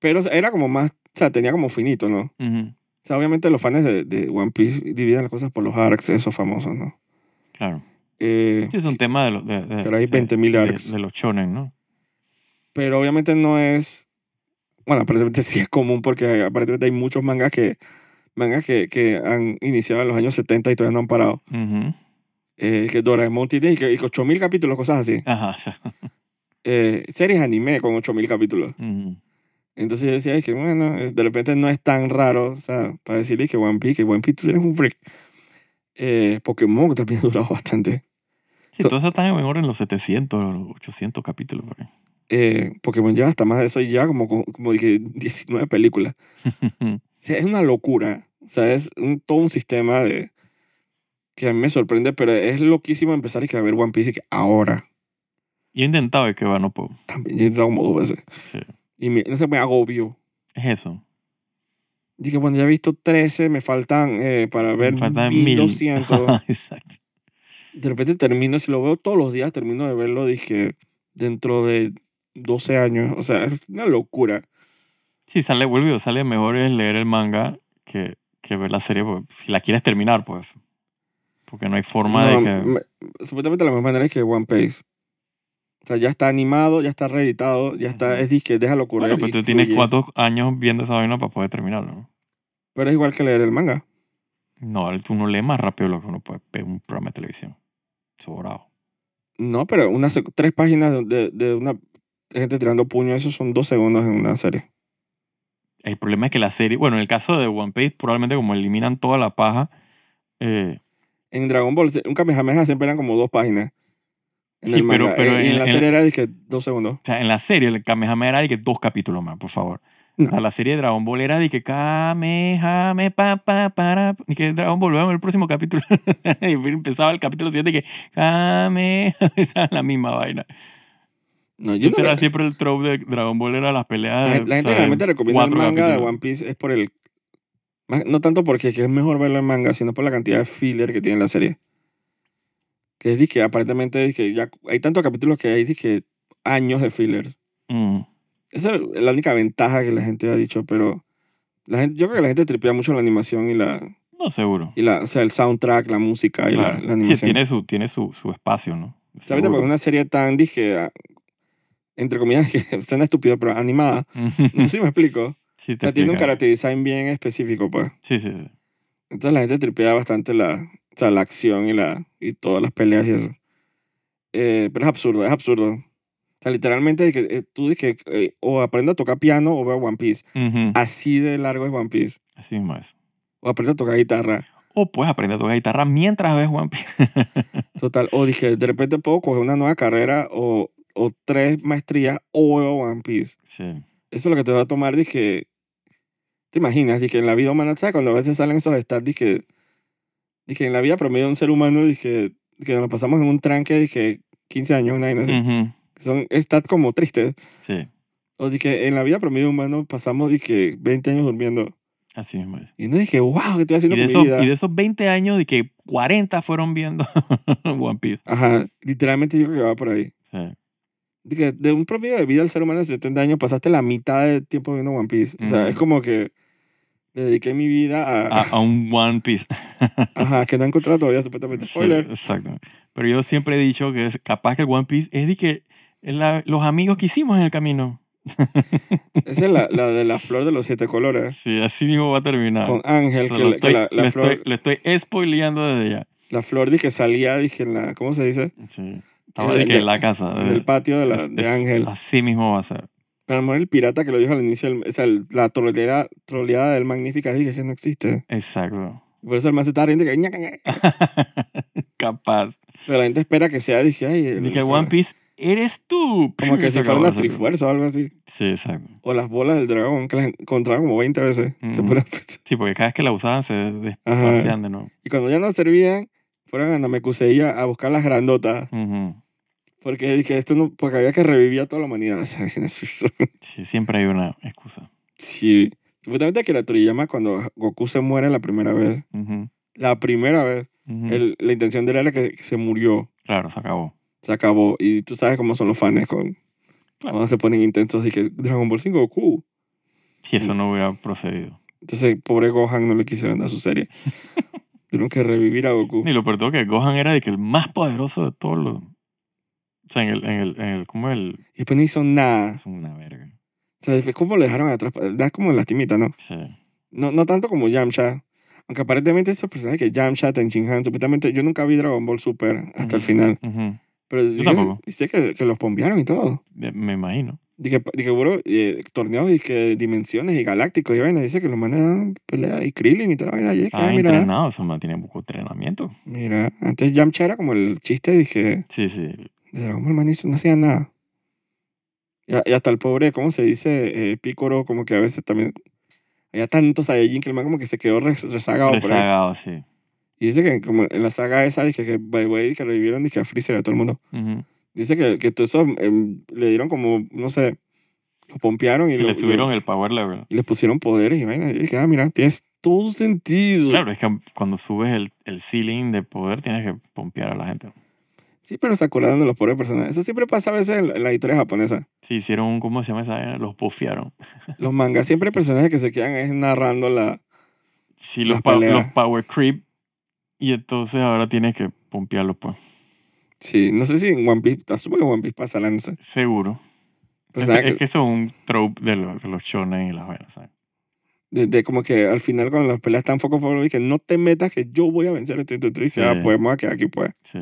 S1: Pero era como más... O sea, tenía como finito, ¿no?
S2: Ujú.
S1: O sea, obviamente los fans de, de One Piece dividen las cosas por los arcs, esos famosos, ¿no?
S2: Claro.
S1: Eh,
S2: Sí, es un tema de, los de, de-
S1: Pero hay
S2: de-
S1: 20.000
S2: de-
S1: arcs.
S2: de los shonen, ¿no?
S1: pero obviamente no es... Bueno, aparentemente (laughs) sí es común porque aparentemente hay muchos mangas que mangas que, que han iniciado en los años 70 y todavía no han parado.
S2: Ujú.
S1: Eh, que Doraemon tiene y que- y que 8000 capítulos, cosas así.
S2: Ajá. (laughs) o sea,
S1: Eh, series anime con 8000 capítulos.
S2: ujú.
S1: Entonces yo decía, es que bueno, eh, de repente no es tan raro, o sea, para decirle que One Piece, que One Piece, tú eres un freak. Eh, Pokémon también (laughs) ha durado bastante.
S2: Sí,
S1: So-
S2: todo eso está en mejor en los 700, 800 capítulos. por ahí. (laughs)
S1: eh, Pokémon lleva hasta más de eso y lleva como, como, como dije, 19 películas. O sea, es una locura. O sea, es un- todo un sistema de que a mí me sorprende, pero es loquísimo empezar y que a ver One Piece y que ahora
S2: Yo he intentado y que va, no puedo.
S1: también. Yo he entrado como dos veces.
S2: Sí.
S1: Y me, no sé, me agobio.
S2: Es eso.
S1: Dije, bueno, ya he visto 13, me faltan eh, para ver
S2: Me faltan mil.
S1: 1200.
S2: (laughs) Ajá, Exacto.
S1: de repente termino, si lo veo todos los días, termino de verlo, dije, dentro de 12 años. O sea, es una locura.
S2: Sí, sale, vuelve, sale mejor es leer el manga que, que ver la serie, porque si la quieres terminar, pues. Porque no hay forma
S1: No,
S2: de que.
S1: me- supuestamente la misma manera que One Piece. O sea, ya está animado, ya está reeditado, ya está,
S2: Ujú.
S1: es disque, déjalo correr.
S2: Bueno,
S1: y
S2: pero tú tienes
S1: fluye.
S2: cuatro años viendo esa vaina para poder terminarlo. ¿no?
S1: Pero es igual que leer el manga.
S2: No, tú no lees más rápido lo que uno puede ver un programa de televisión. Sobrado.
S1: No, pero unas sec- tres páginas de, de- de una gente tirando puño, eso son dos segundos en una serie.
S2: El problema es que la serie, bueno, en el caso de One Piece, probablemente como eliminan toda la paja, eh,
S1: En Dragon Ball, un Kamehameha siempre eran como dos páginas. En
S2: Sí,
S1: el
S2: pero-
S1: manga.
S2: pero
S1: Eh, y en,
S2: en-
S1: la
S2: en-
S1: serie era disque dos segundos.
S2: o sea, en la serie, el Kamehameha era de que dos capítulos más, por favor.
S1: No.
S2: O sea, la serie de Dragon Ball era de que Kamehameha, pa, pa, para, y que Dragon Ball, vamos el próximo capítulo. (laughs) y empezaba el capítulo siguiente que Kamehameha, (laughs) esa es la misma vaina.
S1: No, yo
S2: Yo
S1: no
S2: era
S1: creo-
S2: siempre el trope de Dragon Ball, era las peleas.
S1: la,
S2: de,
S1: la
S2: o
S1: gente
S2: sea,
S1: realmente recomienda el
S2: cuatro
S1: manga de
S2: capítulos.
S1: One Piece es por el... más- No tanto porque es que es mejor verlo en manga, sino por la cantidad de filler que tiene la serie. Que es que aparentemente dizque, ya hay tantos capítulos que hay dizque, años de filler.
S2: Mm.
S1: Esa es la única ventaja que la gente ha dicho, pero la gente, yo creo que la gente tripea mucho la animación y la,
S2: No, seguro.
S1: y la o sea, el soundtrack, la música y la-
S2: Claro.
S1: la,
S2: sí,
S1: animación.
S2: tiene su, tiene su, su espacio, ¿no?
S1: ¿Sabes? Porque
S2: Seguro.
S1: es una serie tan, dije, ah, entre comillas, (laughs) que suena estúpido, pero animada. (laughs) No sé si me explico. O
S2: sí, te
S1: sea, tiene un
S2: explica.
S1: character design bien específico, pues.
S2: Sí, sí, sí.
S1: Entonces la gente tripea bastante la, o sea, la acción y, la, y todas las peleas y eso. Eh, pero es absurdo, es absurdo. O sea, literalmente de que, eh, tú dices que eh, o aprende a tocar piano o ve One Piece.
S2: Ujú.
S1: Así de largo es One Piece.
S2: Así mismo es.
S1: O aprende a tocar guitarra.
S2: O puedes aprender a tocar guitarra mientras ves One Piece.
S1: Total. O dije, de repente puedo coger una nueva carrera o, o tres maestrías o veo One Piece.
S2: Sí.
S1: Eso es lo que te va a tomar, dije. ¿Te imaginas? Dije, en la vida humana, ¿sabes? Cuando a veces salen esos stats, dije. Dije, en la vida promedio de un ser humano, dije, que nos pasamos en un tranque, dije, 15 años, una vaina así.
S2: Ujú.
S1: Son stats como tristes.
S2: Sí,
S1: O dije, en la vida promedio humano pasamos, dije, 20 años durmiendo.
S2: así mismo es.
S1: Y no dije, wow, ¿qué estoy
S2: Y
S1: haciendo
S2: de,
S1: con
S2: esos,
S1: mi vida?
S2: y de esos 20 años, de que 40 fueron viendo (laughs) One Piece.
S1: Ajá, literalmente yo creo que va por ahí.
S2: Sí.
S1: Dije, de un promedio de vida del ser humano de 70 años, pasaste la mitad del tiempo viendo One Piece. O sea,
S2: Ujú.
S1: es como que le dediqué mi vida a.
S2: A, a un One Piece.
S1: Ajá, que no he encontrado todavía, supuestamente.
S2: Sí,
S1: Spoiler.
S2: exacto. Pero yo siempre he dicho que es capaz que el One Piece es de que la- los amigos que hicimos en el camino.
S1: Esa es la, la de la flor de los siete colores.
S2: Sí, así mismo va a terminar.
S1: Ah. Con Ángel,
S2: Se
S1: que,
S2: lo
S1: la- que
S2: Ah. estoy-
S1: la, la
S2: le,
S1: flor,
S2: estoy, le estoy spoileando desde ya.
S1: la flor dije, salía, dije, en la, ¿cómo se dice?
S2: Sí. Estaba de que en la casa.
S1: Eh, En el patio de, la-
S2: Es-
S1: de
S2: es-
S1: Ángel.
S2: Así mismo va a ser.
S1: Pero a lo mejor el pirata que lo dijo al inicio, del- o sea, el- la trolera, troleada del Magnífica dije que no existe.
S2: Exacto.
S1: Por eso el man se está riendo que... ña, ña, ña.
S2: Capaz.
S1: Pero la gente espera que sea, dije, ay... el-
S2: Ni que el One Piece eres tú.
S1: Como que
S2: (laughs) Se
S1: si
S2: acabó
S1: fuera una
S2: la serie.
S1: trifuerza o algo así.
S2: Sí, exacto.
S1: O las bolas del dragón, que las encontraron como 20 veces. Te
S2: Ujú.
S1: pones a (laughs) pensar.
S2: Sí, porque cada vez que la usaban se
S1: Ajá.
S2: desparciaban de nuevo.
S1: Y cuando ya no servían, fueron a Namekuseya a buscar las grandotas.
S2: Ujú.
S1: Porque dije, esto no... Porque había que revivir a toda la humanidad. (laughs) O sea,
S2: Sí, siempre hay una excusa.
S1: sí. Supuestamente que la Toriyama cuando Goku se muere la primera vez.
S2: Ujú.
S1: La primera vez.
S2: Ujú.
S1: el- la intención de él era que, que se murió.
S2: Claro, se acabó.
S1: Se acabó. Y tú sabes cómo son los fans con...
S2: Claro.
S1: Cuando se ponen intensos. Dije, Dragon Ball 5 Goku.
S2: Si eso no hubiera procedido.
S1: Entonces, pobre Gohan no le quisieron dar su serie. Tuvieron que revivir a Goku.
S2: Y lo peor de todo que Gohan era de que el más poderoso de todos los... O sea, en el... En el, en el ¿Cómo el...?
S1: Y después no hizo nada.
S2: Es una verga.
S1: O sea, fue como lo dejaron atrás. Da como lastimita, ¿no?
S2: Sí.
S1: ¿no? No tanto como Yamcha. Aunque aparentemente esos personajes que Yamcha, Tenchinhan, supuestamente yo nunca vi Dragon Ball Super hasta el
S2: Ujú.
S1: final.
S2: Ujú.
S1: Pero dije,
S2: tampoco.
S1: dice que, que los pombearon y todo.
S2: De- Me imagino.
S1: Dije, dije bro, eh, torneos y que dimensiones y galácticos y vaina. Dice que los manejan pelea y Krillin y toda vaina. Y es que,
S2: Ah,
S1: ah, mira,
S2: entrenado. Eso mantiene poco entrenamiento.
S1: mira, antes Yamcha era como el chiste, dije,
S2: Sí, sí.
S1: De Dragon Ball man, eso no hacía nada. Y, a- y hasta el pobre, ¿cómo se dice? Eh, Picoro, como que a veces también... Había tantos Saiyajin que el man como que se quedó res- rezagado por ahí.
S2: Rezagado, sí.
S1: Y dice que como en la saga esa, dije que, by the way, que revivieron, dije a Freezer, a todo el mundo.
S2: Ujú.
S1: Dice que, que todo eso em, le dieron como, no sé, lo pompearon y,
S2: Que
S1: lo-
S2: le subieron
S1: lo-
S2: el power level.
S1: y le pusieron poderes y vainas. Y dije, ah, mira, tienes todo sentido.
S2: Claro, es que cuando subes el, el ceiling de poder tienes que pompear a la gente.
S1: Sí, pero se acordaron de los pobres personajes. Eso siempre pasa a veces en la- en la historia japonesa.
S2: Sí, hicieron un... ¿Cómo se llama esa? vaina? Los bufiaron.
S1: Los mangas, siempre hay personajes que se quedan es narrando la...
S2: Sí, los,
S1: Las
S2: pa-
S1: peleas.
S2: los power creep. Y entonces ahora tienes que pompearlos, pues.
S1: Sí, no sé si en One Piece, asumo que en One Piece pasará, no sé.
S2: Seguro.
S1: Pero
S2: es,
S1: ¿sabes
S2: que, es
S1: que-
S2: que eso es un trope de los, de los shonen y las vainas, ¿sabes?
S1: de, de como que al final cuando las peleas están foco por que no te metas que yo voy a vencer a ti, tú, tú dices,
S2: Sí.
S1: ah, pues vamos a quedar aquí, pues.
S2: Sí.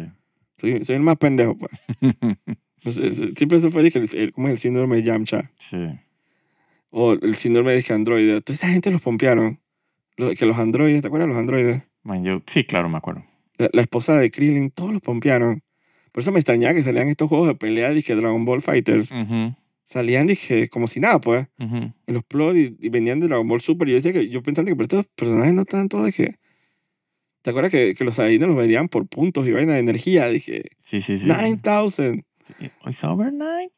S1: Soy, soy el más pendejo, pues. Entonces, es- siempre eso fue, dije, el, el- como el síndrome de Yamcha,
S2: sí.
S1: o el síndrome de que androide. Toda esa gente los pompearon. Lo- que los androides, ¿te acuerdas de los androides?
S2: Man, yo, sí, claro, me acuerdo.
S1: La, la esposa de Krillin, todos los pompearon. Por eso me extrañaba que salían estos juegos de pelea, dije, Dragon Ball Fighters.
S2: Ujú,
S1: Salían, dije, como si nada, pues.
S2: ujú.
S1: en los plots y, y venían de Dragon Ball Super. Y yo decía que yo pensando que pero estos personajes no están todos de que. ¿Te acuerdas que, que los Saiyajin los vendían por puntos y vaina de energía? Dije,
S2: Sí, sí, sí.
S1: 9000.
S2: Sí. It's over 9000.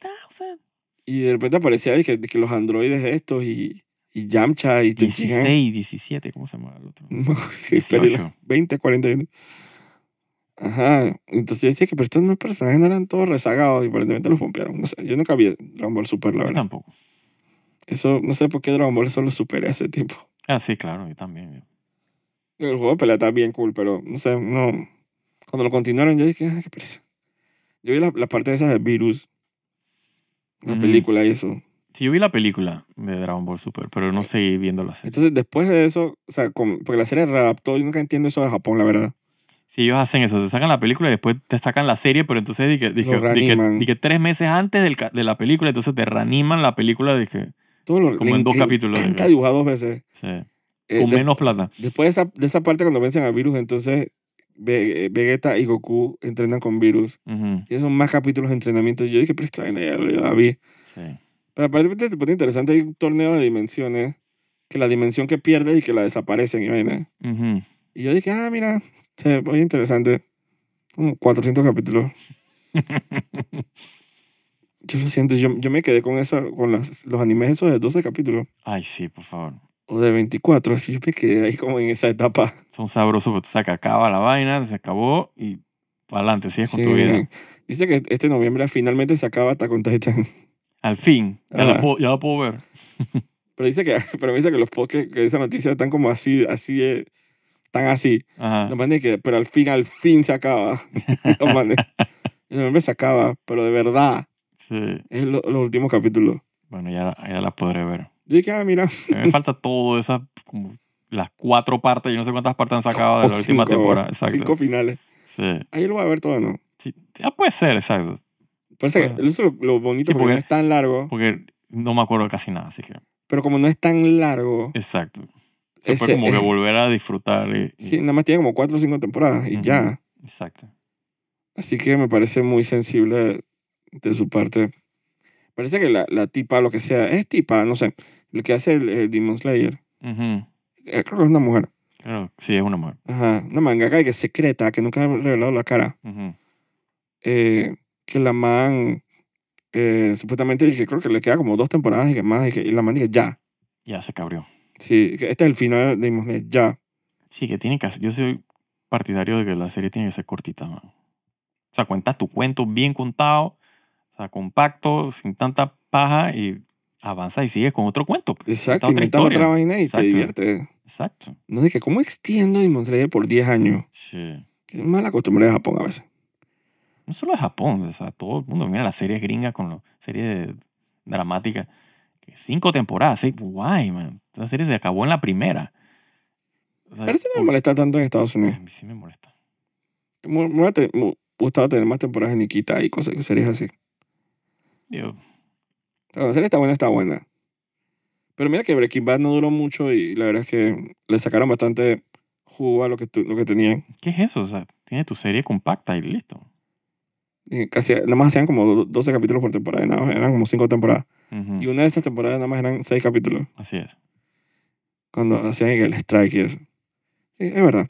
S1: Y de repente aparecía dije, de que los androides estos y, y Yamcha y (laughs) Tenshinhan.
S2: 16, 17, ¿cómo se llama el otro?
S1: Pero los
S2: 18.
S1: 20, 41. Ajá. Entonces yo decía que pero estos no personajes no eran todos rezagados y aparentemente los pompearon. No sé, yo nunca vi Dragon Ball Super, la
S2: Yo
S1: verdad.
S2: tampoco.
S1: Eso, no sé por qué Dragon Ball solo superé hace tiempo.
S2: Ah, sí, claro, yo también.
S1: El juego de pelea está bien cool, pero no sé, no. Cuando lo continuaron, yo dije, ah, qué pereza. Yo vi la, la parte esa de Virus, la
S2: Mm.
S1: película y eso.
S2: Sí, yo vi la película de Dragon Ball Super, pero no seguí viendo la serie.
S1: Entonces, después de eso, o sea, como- porque la serie readaptó, yo nunca entiendo eso de Japón, la verdad.
S2: Si ellos hacen eso, te sacan la película y después te sacan la serie, pero entonces dije, dije,
S1: Lo
S2: dije,
S1: reaniman.
S2: dije tres meses antes del ca- de la película, entonces te reaniman la película, dije,
S1: Todo lo,
S2: Como en
S1: le-
S2: dos
S1: le
S2: capítulos,
S1: encanta
S2: ¿verdad?
S1: dibujar dos veces.
S2: sí,
S1: Eh,
S2: con
S1: de-
S2: menos plata.
S1: después de esa, de esa parte, cuando vencen a Virus, entonces Ve- eh, Vegeta y Goku entrenan con Virus.
S2: Ujú,
S1: Y esos son más capítulos de entrenamiento. Yo dije, pero esta vaina ya la vi.
S2: sí.
S1: Pero aparentemente se pone interesante. Hay un torneo de dimensiones. Que la dimensión que pierdes y que la desaparecen. Y, vaina.
S2: Ujú.
S1: y yo dije, ah, mira, se ve muy interesante. Como 400
S2: (laughs)
S1: capítulos. yo lo siento, yo, yo me quedé con eso, con las- los animes esos de 12 capítulos.
S2: Ay, sí, por favor.
S1: O de 24. Así yo me quedé ahí como en esa etapa.
S2: Son sabrosos, pues, porque tú sacas, acaba la vaina, se acabó y para adelante, sigues con
S1: Sí.
S2: tu vida.
S1: Dice que este noviembre finalmente se acaba Attack on Titan. (laughs)
S2: Al fin, ya, la
S1: Ajá.
S2: puedo, ya la puedo ver.
S1: Pero dice que, pero dice que los podcasts que esa noticia están como así, así, de- tan así.
S2: Ajá.
S1: No manes que, pero al fin, al fin se acaba. (laughs) No
S2: (laughs)
S1: manes. El nombre se acaba, pero de verdad,
S2: Sí.
S1: es lo- los últimos capítulos.
S2: Bueno, ya, ya la podré ver.
S1: Yo dije, ah, mira,
S2: A mí me falta todo esas, como las cuatro partes, yo no sé cuántas partes han sacado de
S1: (laughs)
S2: la
S1: o
S2: última
S1: Oh, cinco,
S2: temporada. Exacto.
S1: cinco finales.
S2: Sí.
S1: Ahí lo voy a ver todo, ¿no?
S2: Sí, ah, puede ser, exacto.
S1: Parece que
S2: Bueno.
S1: eso es lo, lo bonito
S2: Sí,
S1: porque,
S2: porque-
S1: no es tan largo.
S2: Porque no me acuerdo casi nada, así que.
S1: Pero como no es tan largo,
S2: Exacto. Se
S1: ese,
S2: fue como que
S1: eh,
S2: volver a disfrutar. y- y-
S1: sí, nada más tiene como cuatro o cinco temporadas y
S2: Ujú.
S1: ya.
S2: Exacto.
S1: Así que me parece muy sensible de, de su parte. Parece que la, la tipa, lo que sea, es tipa, no sé, el que hace el, el Demon Slayer.
S2: Ujú.
S1: eh, Creo que es una mujer.
S2: Claro, sí, es una mujer.
S1: Ajá, una mangaka y que es secreta, que nunca ha revelado la cara.
S2: Ujú.
S1: Eh, que la man, eh, supuestamente, y que creo que le queda como dos temporadas y que más, y, que, y la man dice ya.
S2: Ya se cabrió.
S1: Sí, que este es el final de Demon Slayer, ya.
S2: Sí, que tiene que. Yo soy partidario de que la serie tiene que ser cortita, man. O sea, cuentas tu cuento bien contado, o sea, compacto, sin tanta paja y avanza y sigues con otro cuento. pues.
S1: Exacto,
S2: Otra
S1: inventas
S2: historia.
S1: otra vaina y
S2: Exacto.
S1: te diviertes.
S2: Exacto.
S1: No dije, ¿cómo extiendo Demon Slayer por 10 años?
S2: Sí.
S1: Que es mala costumbre de Japón a veces.
S2: No solo de Japón, o sea, todo el mundo mira las series gringas con las series de- dramáticas. que Cinco temporadas, seis. Guay, man. Esa serie se acabó en la primera. O sea,
S1: Pero eso no
S2: por-
S1: me molesta tanto en Estados Unidos.
S2: a mí sí me molesta.
S1: Me me hubiera te- me gustado tener más temporadas de Nikita y cosas series así.
S2: Digo,
S1: O sea, la serie está buena, está buena. Pero mira que Breaking Bad no duró mucho y la verdad es que le sacaron bastante jugo a lo que, tu- lo que tenían.
S2: ¿qué es eso? O sea, tiene tu serie compacta y listo.
S1: Y casi, nada más hacían como do- 12 capítulos por temporada, y nada más, eran como 5 temporadas.
S2: Ujú,
S1: Y una de esas temporadas nada más eran 6 capítulos,
S2: Así es.
S1: cuando hacían el strike y eso. Sí, es verdad.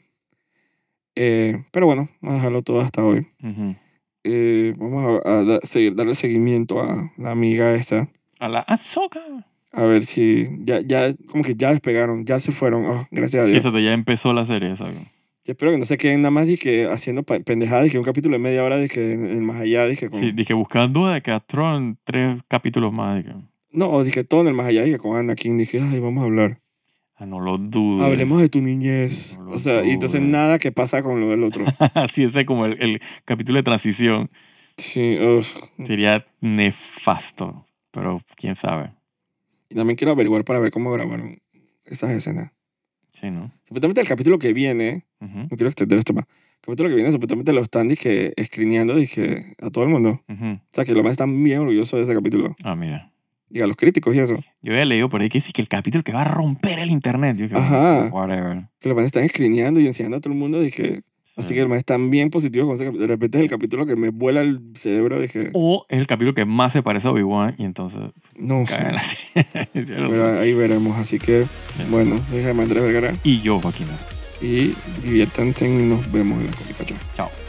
S1: Eh, pero bueno, vamos a dejarlo todo hasta hoy.
S2: Ujú.
S1: Eh, vamos a, a da- seguir, darle seguimiento a la amiga esta.
S2: A la Azoka.
S1: A ver si ya, ya, como que ya despegaron, ya se fueron. Oh, gracias a
S2: Sí,
S1: Dios.
S2: esa de ya empezó la serie, ¿sabes?
S1: Yo espero que no se queden nada más de que haciendo pa- pendejadas, de que un capítulo de media hora, de que en en más allá, de que con...
S2: Sí, dije buscando de que a Tron tres capítulos más. Dije,
S1: No, o de que todo en el más allá, de que con Anakin, de que, ay, vamos a hablar.
S2: ah, no lo dudes.
S1: Hablemos de tu niñez.
S2: No lo
S1: O sea, y entonces
S2: dudes.
S1: nada que pasa con lo del
S2: (laughs)
S1: otro.
S2: (laughs) Así ese es como el, el capítulo de transición.
S1: sí, ugh.
S2: Sería nefasto, pero quién sabe.
S1: Y también quiero averiguar para ver cómo grabaron esas escenas.
S2: Sí, ¿no?
S1: Supuestamente el capítulo que viene,
S2: Ujú,
S1: no quiero extender esto más, el capítulo que viene supuestamente lo están, dije, screeneando, dije, a todo el mundo.
S2: ujú.
S1: O sea, que los más están bien orgullosos de ese capítulo.
S2: Ah, mira.
S1: Diga, los críticos y eso.
S2: Yo había leído por ahí que dice que el capítulo que va a romper el internet. Yo dije,
S1: Ajá.
S2: whatever.
S1: que los manes están escrineando y enseñando a todo el mundo. Dije, así que los manes están bien positivos con ese capítulo. De repente es el capítulo que me vuela el cerebro. Dije,
S2: O es el capítulo que más se parece a Obi-Wan y entonces
S1: no
S2: cagan en
S1: sé.
S2: la serie. (laughs) Yo no
S1: Pero
S2: sé.
S1: ahí veremos. Así que,
S2: Sí.
S1: bueno, soy Jaime Andrés Vergara
S2: Y yo, Joaquín.
S1: y diviértanse y nos vemos en la Comic Con.
S2: Chao.